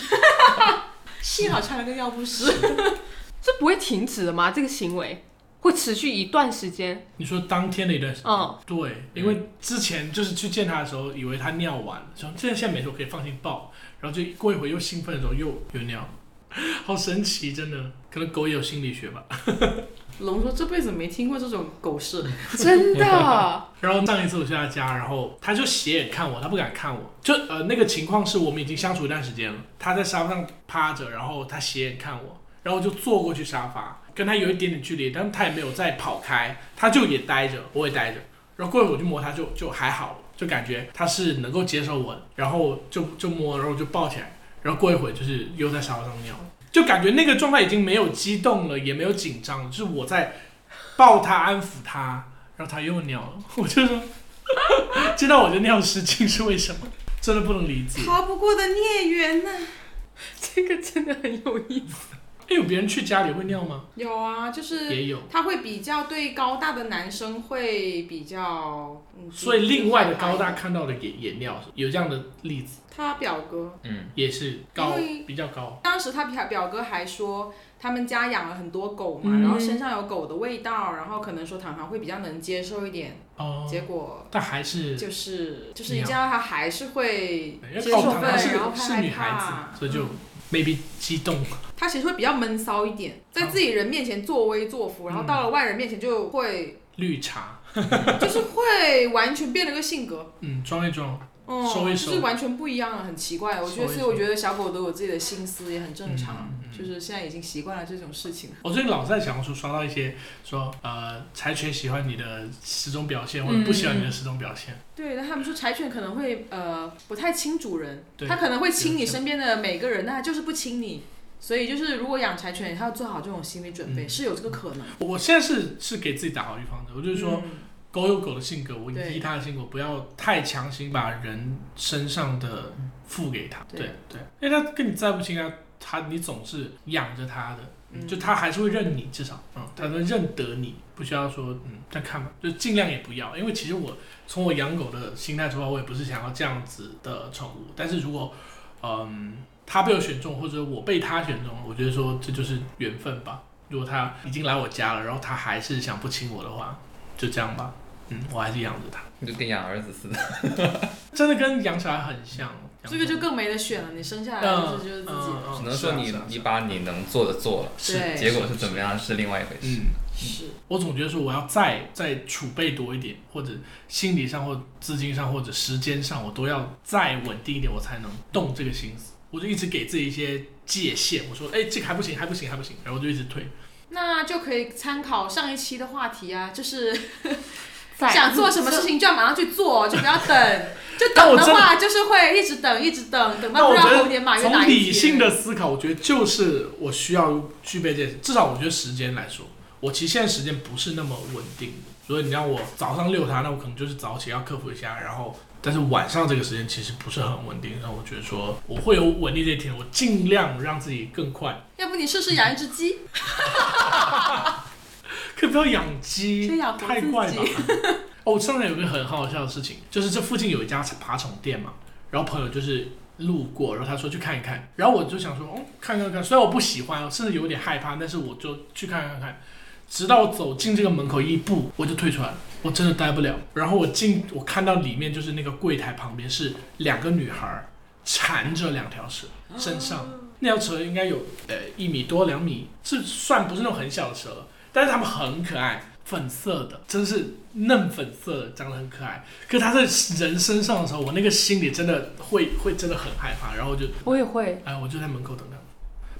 D: 幸好穿了个尿不湿。
B: [LAUGHS]
D: [LAUGHS]
B: 这不会停止的吗？这个行为会持续一段时间。
A: 你说当天的一段时间，
B: 嗯
A: 对，因为之前就是去见他的时候，以为他尿完了，想这现在没事，我可以放心抱，然后就过一会又兴奋的时候又又尿，好神奇，真的，可能狗也有心理学吧。
D: 龙说这辈子没听过这种狗事。
B: [LAUGHS] 真的，
A: 然后上一次我去他家，然后他就斜眼看我，他不敢看我，就呃那个情况是我们已经相处一段时间了，他在沙发上趴着，然后他斜眼看我，然后我就坐过去沙发，跟他有一点点距离，但是他也没有再跑开，他就也待着，我也待着，然后过一会儿我就摸他就就还好了，就感觉他是能够接受我的，然后就就摸，然后就抱起来，然后过一会儿就是又在沙发上尿了，就感觉那个状态已经没有激动了，也没有紧张了，就是我在抱他安抚他。然后他又尿了， [LAUGHS] 我就说，知道我的尿失禁是为什么？真的不能理解。
D: 逃不过的孽缘呐、
B: 这个真的很有意思。
A: 哎，有别人去家里会尿吗？
D: 有啊，就是
A: 也有，
D: 他会比较对高大的男生会比较，嗯
A: 所以另外的高大
D: 比较
A: 看到的也也尿，有这样的例子，
D: 他表哥
C: 嗯，
A: 也是高
D: 因为
A: 比较高，
D: 当时他表表哥还说，他们家养了很多狗嘛，
A: 嗯
D: 然后身上有狗的味道，然后可能说糖糖会比较能接受一点，
A: 哦，
D: 结果
A: 但还是哎
D: 就是就是一
A: 尿
D: 见到他还是会
A: 因
D: 接
A: 为
D: 受
A: 高
D: 不
A: 糖
D: 了，
A: 她是
D: 然后
A: 个
D: 怕
A: 是
D: 害
A: 女孩
D: 怕嗯
A: 子，，所以就 maybe 激动，
D: 他其实会比较闷骚一点，在
A: 嗯
D: 自己人面前作威作福，然后到了外人面前就会
A: 绿茶，
D: 就是会完全变了个性格。
A: 嗯，装一装，
D: 嗯，
A: 收一收
D: 就是完全不一样了，很奇怪。我觉
A: 收一
D: 得，
A: 收
D: 所以我觉得小狗都有自己的心思，也很正常。
A: 嗯嗯
D: 就是现在已经习惯了这种事情。
A: 我最近老在小红书刷到一些说，呃，柴犬喜欢你的十种表现，或
B: 嗯
A: 者不喜欢你的十种表现。
D: 对，但他们说柴犬可能会呃不太亲主人，
A: 对
D: 它可能会亲
A: 有
D: 你
A: 些
D: 身边的每个人，但它就是不亲你。所以就是如果养柴犬，它要做好这种心理准备，
A: 嗯
D: 是有这个可能。
A: 我现在是是给自己打好预防针，我就是说，
D: 嗯，
A: 狗有狗的性格，我
D: 对
A: 依它的性格，不要太强行把人身上的付给它。
D: 对
A: 对对，因为它跟你再不亲啊，它你总是养着它的，
D: 嗯
A: 就它还是会认你，至少，嗯，它能认得你，不需要说，嗯，再看吧，就尽量也不要，因为其实我从我养狗的心态出发，我也不是想要这样子的宠物，但是如果，嗯，它被我选中，或者我被它选中，我觉得说这就是缘分吧。如果它已经来我家了，然后它还是想不亲我的话，就这样吧。嗯，我还是养着它，
C: 就跟养儿子似的。
A: 真的跟养小孩很像。
D: 这个就更没得选了，你生下来
A: 嗯
D: 就是就是自己
A: 嗯
D: 的。
A: 嗯
C: 只能说你
A: 是啊
C: 你把你能做的做了，
A: 是啊
D: 对
A: 是
C: 结果是怎么样是另外一回事。
A: 嗯，
D: 是，
A: 我总觉得说我要再再储备多一点，或者心理上或资金上或者时间上，我都要再稳定一点，我才能动这个心思。我就一直给自己一些界限，我说，哎，这个还不行，还不行，还不行，然后我就一直推。
E: 那就可以参考上一期的话题啊，就是
B: 在
E: 想做什么事情就要马上去
B: [LAUGHS]
E: 做，就不要等。就
A: 但
E: 等
A: 我
E: 的
A: 真的
E: 话，就是会一直等，一直等，等
A: 那
E: 到不
A: 我
E: 知
A: 觉
E: 道
A: 得
E: 猴年马月哪
A: 从
E: 一
A: 理
E: 天。
A: 性的思考，我觉得就是我需要具备这，至少我觉得时间来说，我其实现在时间不是那么稳定，所以你让我早上遛它，那我可能就是早起要克服一下，然后但是晚上这个时间其实不是很稳定，那我觉得说我会有稳定这一天，我尽量让自己更快，
E: 要不你试试养一只鸡？
A: 可以不要养鸡
E: 先养，活
A: 太怪
E: 自
A: 吧
E: 己。
A: 哦，上次有个很好笑的事情，就是这附近有一家爬虫店嘛，然后朋友就是路过，然后他说去看一看，然后我就想说，哦，看看看，虽然我不喜欢，甚至有点害怕，但是我就去看看看。直到我走进这个门口一步，我就退出来了，我真的待不了。然后我进，我看到里面就是那个柜台旁边是两个女孩儿缠着两条蛇，身上
E: 哦
A: 那条蛇应该有呃一米多两米，这算不是那种很小的蛇了，但是它们很可爱，粉色的，真是嫩粉色的，长得很可爱。可是它在人身上的时候，我那个心里真的会会真的很害怕，然后我就
B: 我也会，
A: 哎，我就在门口等他们。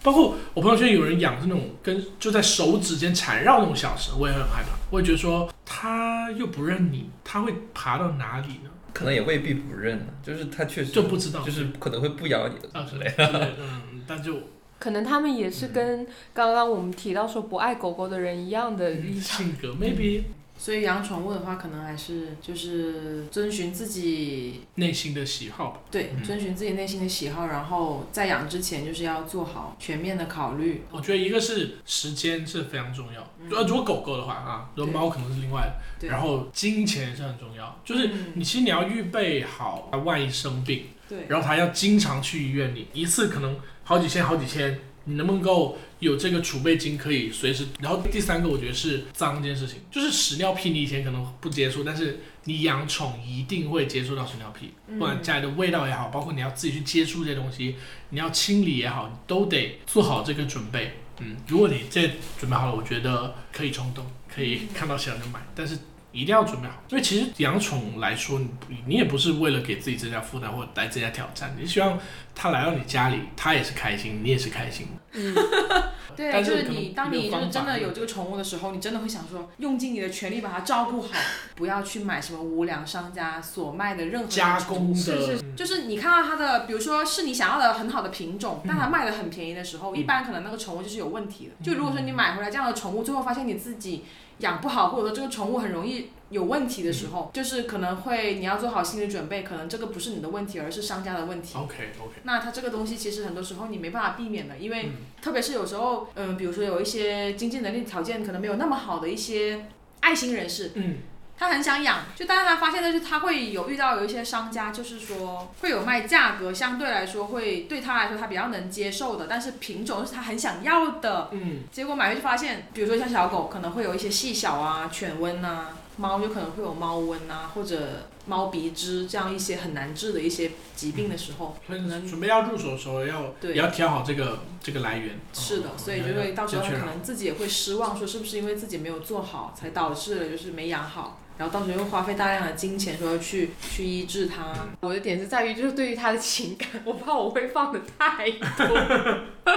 A: 包括我朋友圈有人养是那种跟就在手指间缠绕那种小蛇，我也很害怕。我也觉得说，它又不认你，它会爬到哪里呢？
C: 可能也未必不认呢，就是他确实
A: 就不知道
C: 就是可能会不咬你的
A: 啊
C: 之
A: 之
C: 类
A: 类的，嗯，但就
B: 可能他们也是跟刚刚我们提到说不爱狗狗的人一样的
E: 嗯
B: 立场。
A: 性格 maybe
D: 所以养宠物的话，可能还是就是呃遵循自己
A: 内心的喜好吧。
D: 对遵循自己内心的喜好，然后在养之前就是要做好全面的考虑。
A: 我觉得一个是时间是非常重要，
D: 嗯
A: 呃、如果狗狗的话啊，如果猫可能是另外的，
D: 对
A: 然后金钱也是很重要，就是
D: 嗯
A: 你其实你要预备好，它万一生病。
D: 对
A: 然后他要经常去医院里，一次可能好几千好几千，你能不能够有这个储备金可以随时？然后第三个我觉得是脏这件事情，就是屎尿屁你以前可能不接触，但是你养宠一定会接触到屎尿屁，不管家里的味道也好，包括你要自己去接触这些东西，你要清理也好，你都得做好这个准备。嗯，如果你这准备好了，我觉得可以冲动，可以看到喜欢就买，但是一定要准备好，因为其实养宠来说，你你也不是为了给自己增加负担或来增加挑战，你希望它来到你家里，它也是开心，你也是开心。 [LAUGHS]
B: 嗯，
D: 对，
A: 但
D: 就是
A: 可能
D: 你当
A: 没有
D: 你就是
A: 方法
D: 真的有这个宠物的时候，你真的会想说，用尽你的全力把它照顾好，不要去买什么无良商家所卖的任何的
A: 加
D: 宠物
A: 工的，
E: 是
A: 嗯
E: 就是你看到它的，比如说是你想要的很好的品种，但它卖的很便宜的时候，一般可能那个宠物就是有问题的。就如果说你买回来这样的宠物，最后发现你自己养不好，或者说这个宠物很容易有问题的时候，就是可能会你要做好心理准备，可能这个不是你的问题，而是商家的问题。
A: OK OK，
E: 那它这个东西其实很多时候你没办法避免的，因为
A: 嗯
E: 特别是有时候，嗯，比如说有一些经济能力条件可能没有那么好的一些爱心人士，
A: 嗯，
E: 他很想养，就但是他发现的是他会有遇到有一些商家，就是说会有卖价格相对来说会对他来说他比较能接受的，但是品种是他很想要的，
A: 嗯，
E: 结果买回去发现，比如说像小狗可能会有一些细小啊、犬瘟啊，猫就可能会有猫瘟啊或者猫鼻支这样一些很难治的一些疾病的时候，
A: 所以准备要入手的时候要
E: 对
A: 也要挑好这个这个来源。
E: 是的，
A: 嗯
E: 所以就会到时候
A: 要
E: 他
A: 确
E: 可
A: 认
E: 能自己也会失望，说是不是因为自己没有做好，才导致了就是没养好，然后到时候又花费大量的金钱说要去去医治它。
A: 嗯
B: 我的点是在于，就是对于他的情感，我怕我会放的太多， [LAUGHS]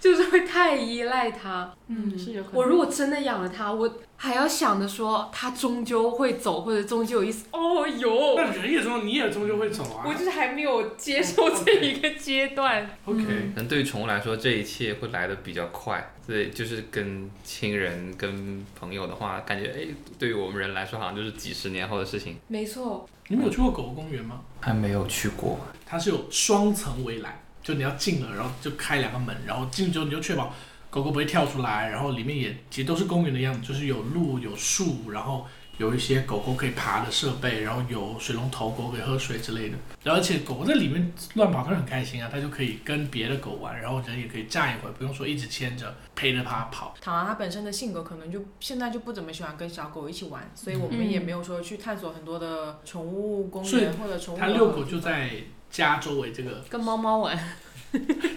B: 就是会太依赖他。
E: 嗯，是有可能。
B: 我如果真的养了他，我还要想着说他终究会走，或者终究有一丝，哦哟，
A: 那人也终，你也终究会走啊。
B: 我就是还没有接受这一个阶段。
A: OK，、
E: 嗯
C: 可能对于宠物来说，这一切会来的比较快，所以就是跟亲人、跟朋友的话，感觉哎，对于我们人来说，好像就是几十年后的事情。
B: [LAUGHS] 没错，
A: 你们有去过狗狗公园吗？
C: 还没有去过，
A: 它是有双层围栏，就你要进了，然后就开两个门，然后进去之后你就确保狗狗不会跳出来，然后里面也其实都是公园的样子，就是有路有树，然后有一些狗狗可以爬的设备，然后有水龙头，狗可以喝水之类的。然后而且狗狗在里面乱跑，它是很开心啊，它就可以跟别的狗玩，然后人也可以站一会儿，不用说一直牵着陪着它跑。
D: 唐昂它本身的性格可能就现在就不怎么喜欢跟小狗一起玩，所以我们
B: 嗯
D: 也没有说去探索很多的宠物公
A: 所以
D: 园或者宠物。
A: 它遛狗就在家周围这个 [LAUGHS]
B: 跟猫猫玩，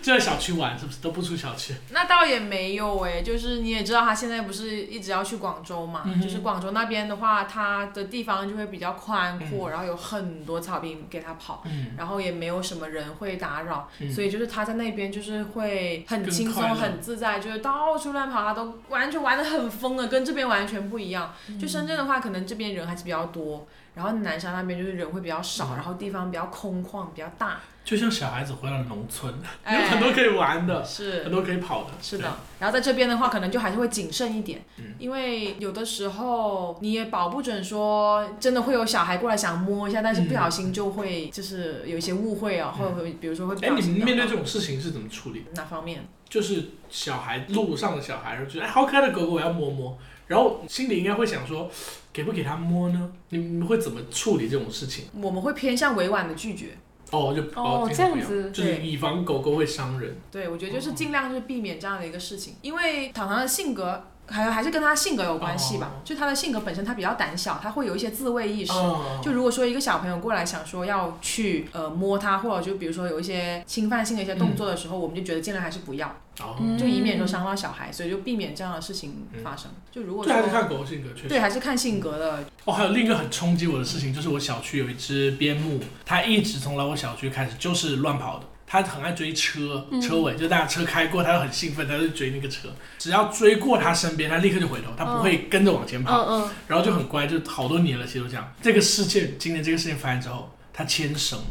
A: 就在小区玩，是不是都不出小区？
D: 那倒也没有诶，就是你也知道，他现在不是一直要去广州嘛？
A: 嗯哼
D: 就是广州那边的话，它的地方就会比较宽阔，然后有很多草坪给他跑，
A: 嗯，
D: 然后也没有什么人会打扰，
A: 嗯
D: 所以就是他在那边就是会很
A: 更
D: 轻松、
A: 快乐
D: 很自在，就是到处乱跑，他都完全玩的很疯的，跟这边完全不一样。
A: 嗯
D: 就深圳的话，可能这边人还是比较多，然后南沙那边就是人会比较少，
A: 嗯
D: 然后地方比较空旷、比较大，
A: 就像小孩子回到农村， [LAUGHS] 有
D: 哎
A: 很多可以玩的，
D: 是
A: 很多可以跑的。
D: 是的，然后在这边的话，可能就还是会谨慎一点，
A: 嗯
D: 因为有的时候你也保不准说真的会有小孩过来想摸一下，但是不小心就会就是有一些误会啊，或者会比如说会
A: 嗯
D: 不
A: 对。哎，
D: 小
A: 你
D: 心
A: 们面对
D: 咬
A: 这种事情是怎么处理？
D: 到哪方面？
A: 就是小孩路上的小孩，然后觉得哎好可爱的狗狗，我要摸摸，然后心里应该会想说，给不给它摸呢？你们会怎么处理这种事情？
D: 我们会偏向委婉的拒绝，
A: 哦，就
B: 哦这样子
A: 就是
D: 对
A: 以防狗狗会伤人。
D: 对我觉得就是尽量就是避免这样的一个事情，因为糖糖的性格还还是跟他性格有关系吧，
A: 哦
D: 就他的性格本身他比较胆小，他会有一些自卫意识，
A: 哦，
D: 就如果说一个小朋友过来想说要去呃摸它，或者就比如说有一些侵犯性的一些动作的时候，我们就觉得尽量还是不要，
A: 哦，
D: 就以免说伤到小孩，所以就避免这样的事情发生。就如果
A: 这还是
D: 说
A: 看狗狗性格，确
D: 对，
A: 实。
D: 还是看性格的。
A: 哦，还有另一个很冲击我的事情，就是我小区有一只边牧，它一直从来我小区开始就是乱跑的。它很爱追车，
B: 嗯
A: 车尾、就大家车开过，它就很兴奋，它就追那个车。只要追过它身边，它立刻就回头，它不会跟着往前跑。
B: 嗯嗯，
A: 然后就很乖，就好多年了，其实都这样。这个事件，今年这个事件发生之后，它牵绳了。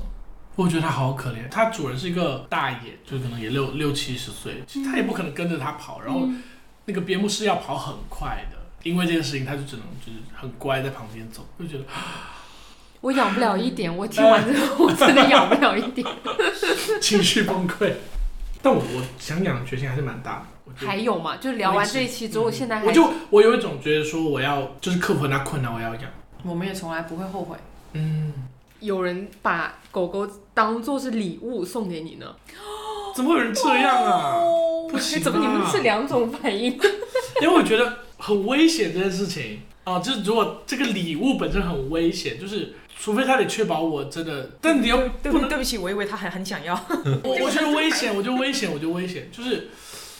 A: 我觉得它好可怜，它主人是一个大爷，就可能也六六七十岁，他也不可能跟着它跑。然
B: 嗯
A: 后那个边牧是要跑很快的，因为这个事情，它就只能就是很乖在旁边走，
B: [LAUGHS]
A: 就觉得
B: 我养不了一点，我听完之后我真的养不了一点。
A: 情绪崩溃。但我我想养的决心还是蛮大的，我觉得
B: 还有嘛，就聊完这一期之后，现在还
A: 我就我有一种觉得说我要就是克服很大困难，我要养。
D: 我们也从来不会后悔，
A: 嗯，
B: 有人把狗狗当做是礼物送给你呢，
A: 怎么会有人这样啊？
B: 哦
A: 不行、啊，
B: 怎么你们是两种反应？
A: 因为我觉得很危险这件事情啊，就是如果这个礼物本身很危险，就是除非他得确保我真的，但你又不能，
D: 对不起，我以为他很很想要。 [LAUGHS]
A: 我我觉得危险，我就危险，我就危险，就是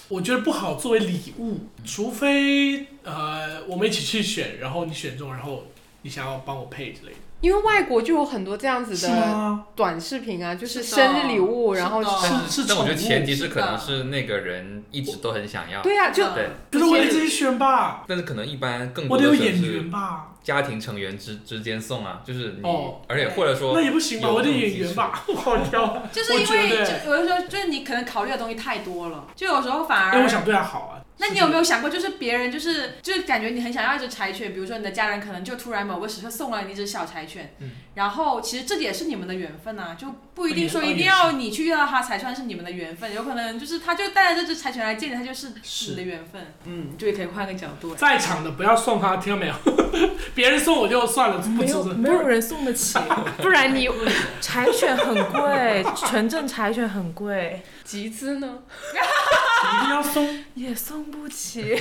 A: 我觉得不好作为礼物，除非呃我们一起去选，然后你选中，然后你想要帮我配之类的，
B: 因为外国就有很多这样子
A: 是
B: 的
A: 吗？
B: 短视频啊，就是
D: 是的
B: 生日礼物，
D: 是
B: 然后
D: 的
B: 是
A: 是是
C: 但我觉得
A: 宠物
C: 前提是可能
D: 是
C: 是那个人一直都很想要，
B: 对啊呀、就
C: 对
A: 可是我得自己选吧，
C: 但是可能一般更
A: 我
C: 多
A: 得
C: 的
A: 有
C: 时候
A: 眼
C: 是
A: 缘吧，
C: 家庭成员之之间送啊，就是你，
A: 哦
C: 而且或者说
A: 那也不行吧，
C: 有
A: 我得
C: 这种
A: 眼
C: 机
A: 缘
C: 制
A: 吧，我好挑，
E: 就是因
A: 我觉
E: 为
A: 得
E: 就有的时候就是你可能考虑的东西太多了，就有时候反
A: 因为我
E: 而。
A: 想对他好啊。
E: 那你有没有想过，就是别人就是就是感觉你很想要一只柴犬，比如说你的家人可能就突然某个时刻送了你一只小柴犬，
A: 嗯哦
E: 然后其实这也是你们的缘分呐、就不一
A: 也
E: 定说
A: 倒
E: 一定
A: 也
E: 要你去遇到它才算是你们的缘分，有可能就是它就带着这只柴犬来见你，它就是
A: 是
E: 你的缘分，嗯，就也可以换个角度。
A: 在场的不要送他，听到没有？ [LAUGHS] 别人送我就算了，不
D: 没有
A: 出声。
D: 没有人送得起，
B: 不然你
F: 柴犬很贵，纯正柴犬很贵，
B: 集资呢？
A: 一定要送。
F: 也送不起。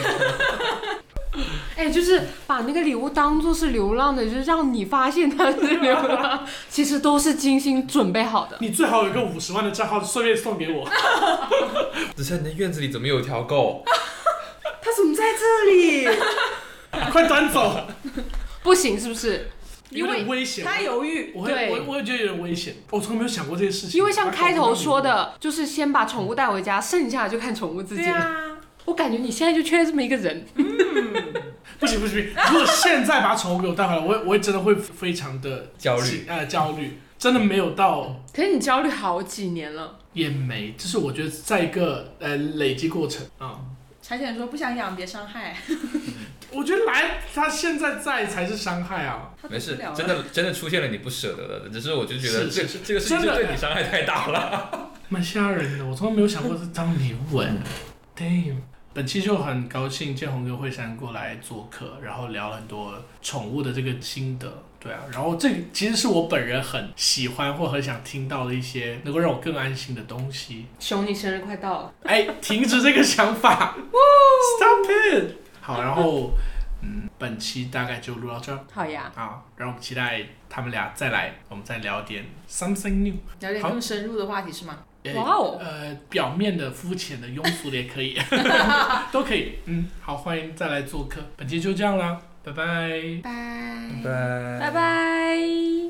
B: 哎，就是把那个礼物当做是流浪的，就是让你发现它是流浪， [LAUGHS] 其实都是精心准备好的。
A: 你最好有一个五十万的账号，顺便送给我。 [LAUGHS]
C: 只是你的院子里怎么有一条狗？
B: 它怎么在这里？
A: 快端走，
B: 不行，是不是？
A: 有点危险。
D: 他犹豫。
A: 我会
B: 对
A: 我我也觉得有点危险，我从来没有想过这件事情。
B: 因为像开头说，的，就是先把宠物带回家，剩下的就看宠物自己
D: 对
B: 了。
D: 啊，
B: 我感觉你现在就缺这么一个人，
A: 不行不行，不行如果现在把宠物给我带回来，我会我也真的会非常的
C: 焦
A: [LAUGHS]
C: 虑，
A: 呃焦虑，真的没有到
B: 可是你焦虑好几年了，
A: 也没，就是我觉得在一个呃累积过程啊。
E: 柴犬说不想养，别伤害，
A: 我觉得来他现在在才是伤害啊，
E: 它
C: 没事
E: 受不了，了
C: 真的真的出现了你不舍得的，只是我就觉得
A: 是
C: 这
A: 是
C: 这个事情
A: 真
C: 就
A: 的
C: 对你伤害太大 [LAUGHS] 了。
A: 蛮吓人的，我从来没有想过是当礼物哎。Damn！本期就很高兴建宏跟惠山过来做客，然后聊了很多宠物的这个心得，对啊，然后这个其实是我本人很喜欢或很想听到的一些能够让我更安心的东西。 [LAUGHS]
B: 熊，你生日快到了，
A: 哎，停止这个想法，Stop it！好，然后嗯，本期大概就录到这儿
B: 好呀，
A: 好，然后我们期待他们俩再来，我们再聊点 something new。
E: 聊点
A: 好
E: 更深入的话题是吗？
A: 呃
B: 哇哦
A: 呃，表面的、肤浅的、庸俗的也可
B: [LAUGHS]
A: 以，都可以。嗯，好，欢迎再来做客。本期就这样啦，拜拜。
E: 拜。
C: 拜
B: 拜拜。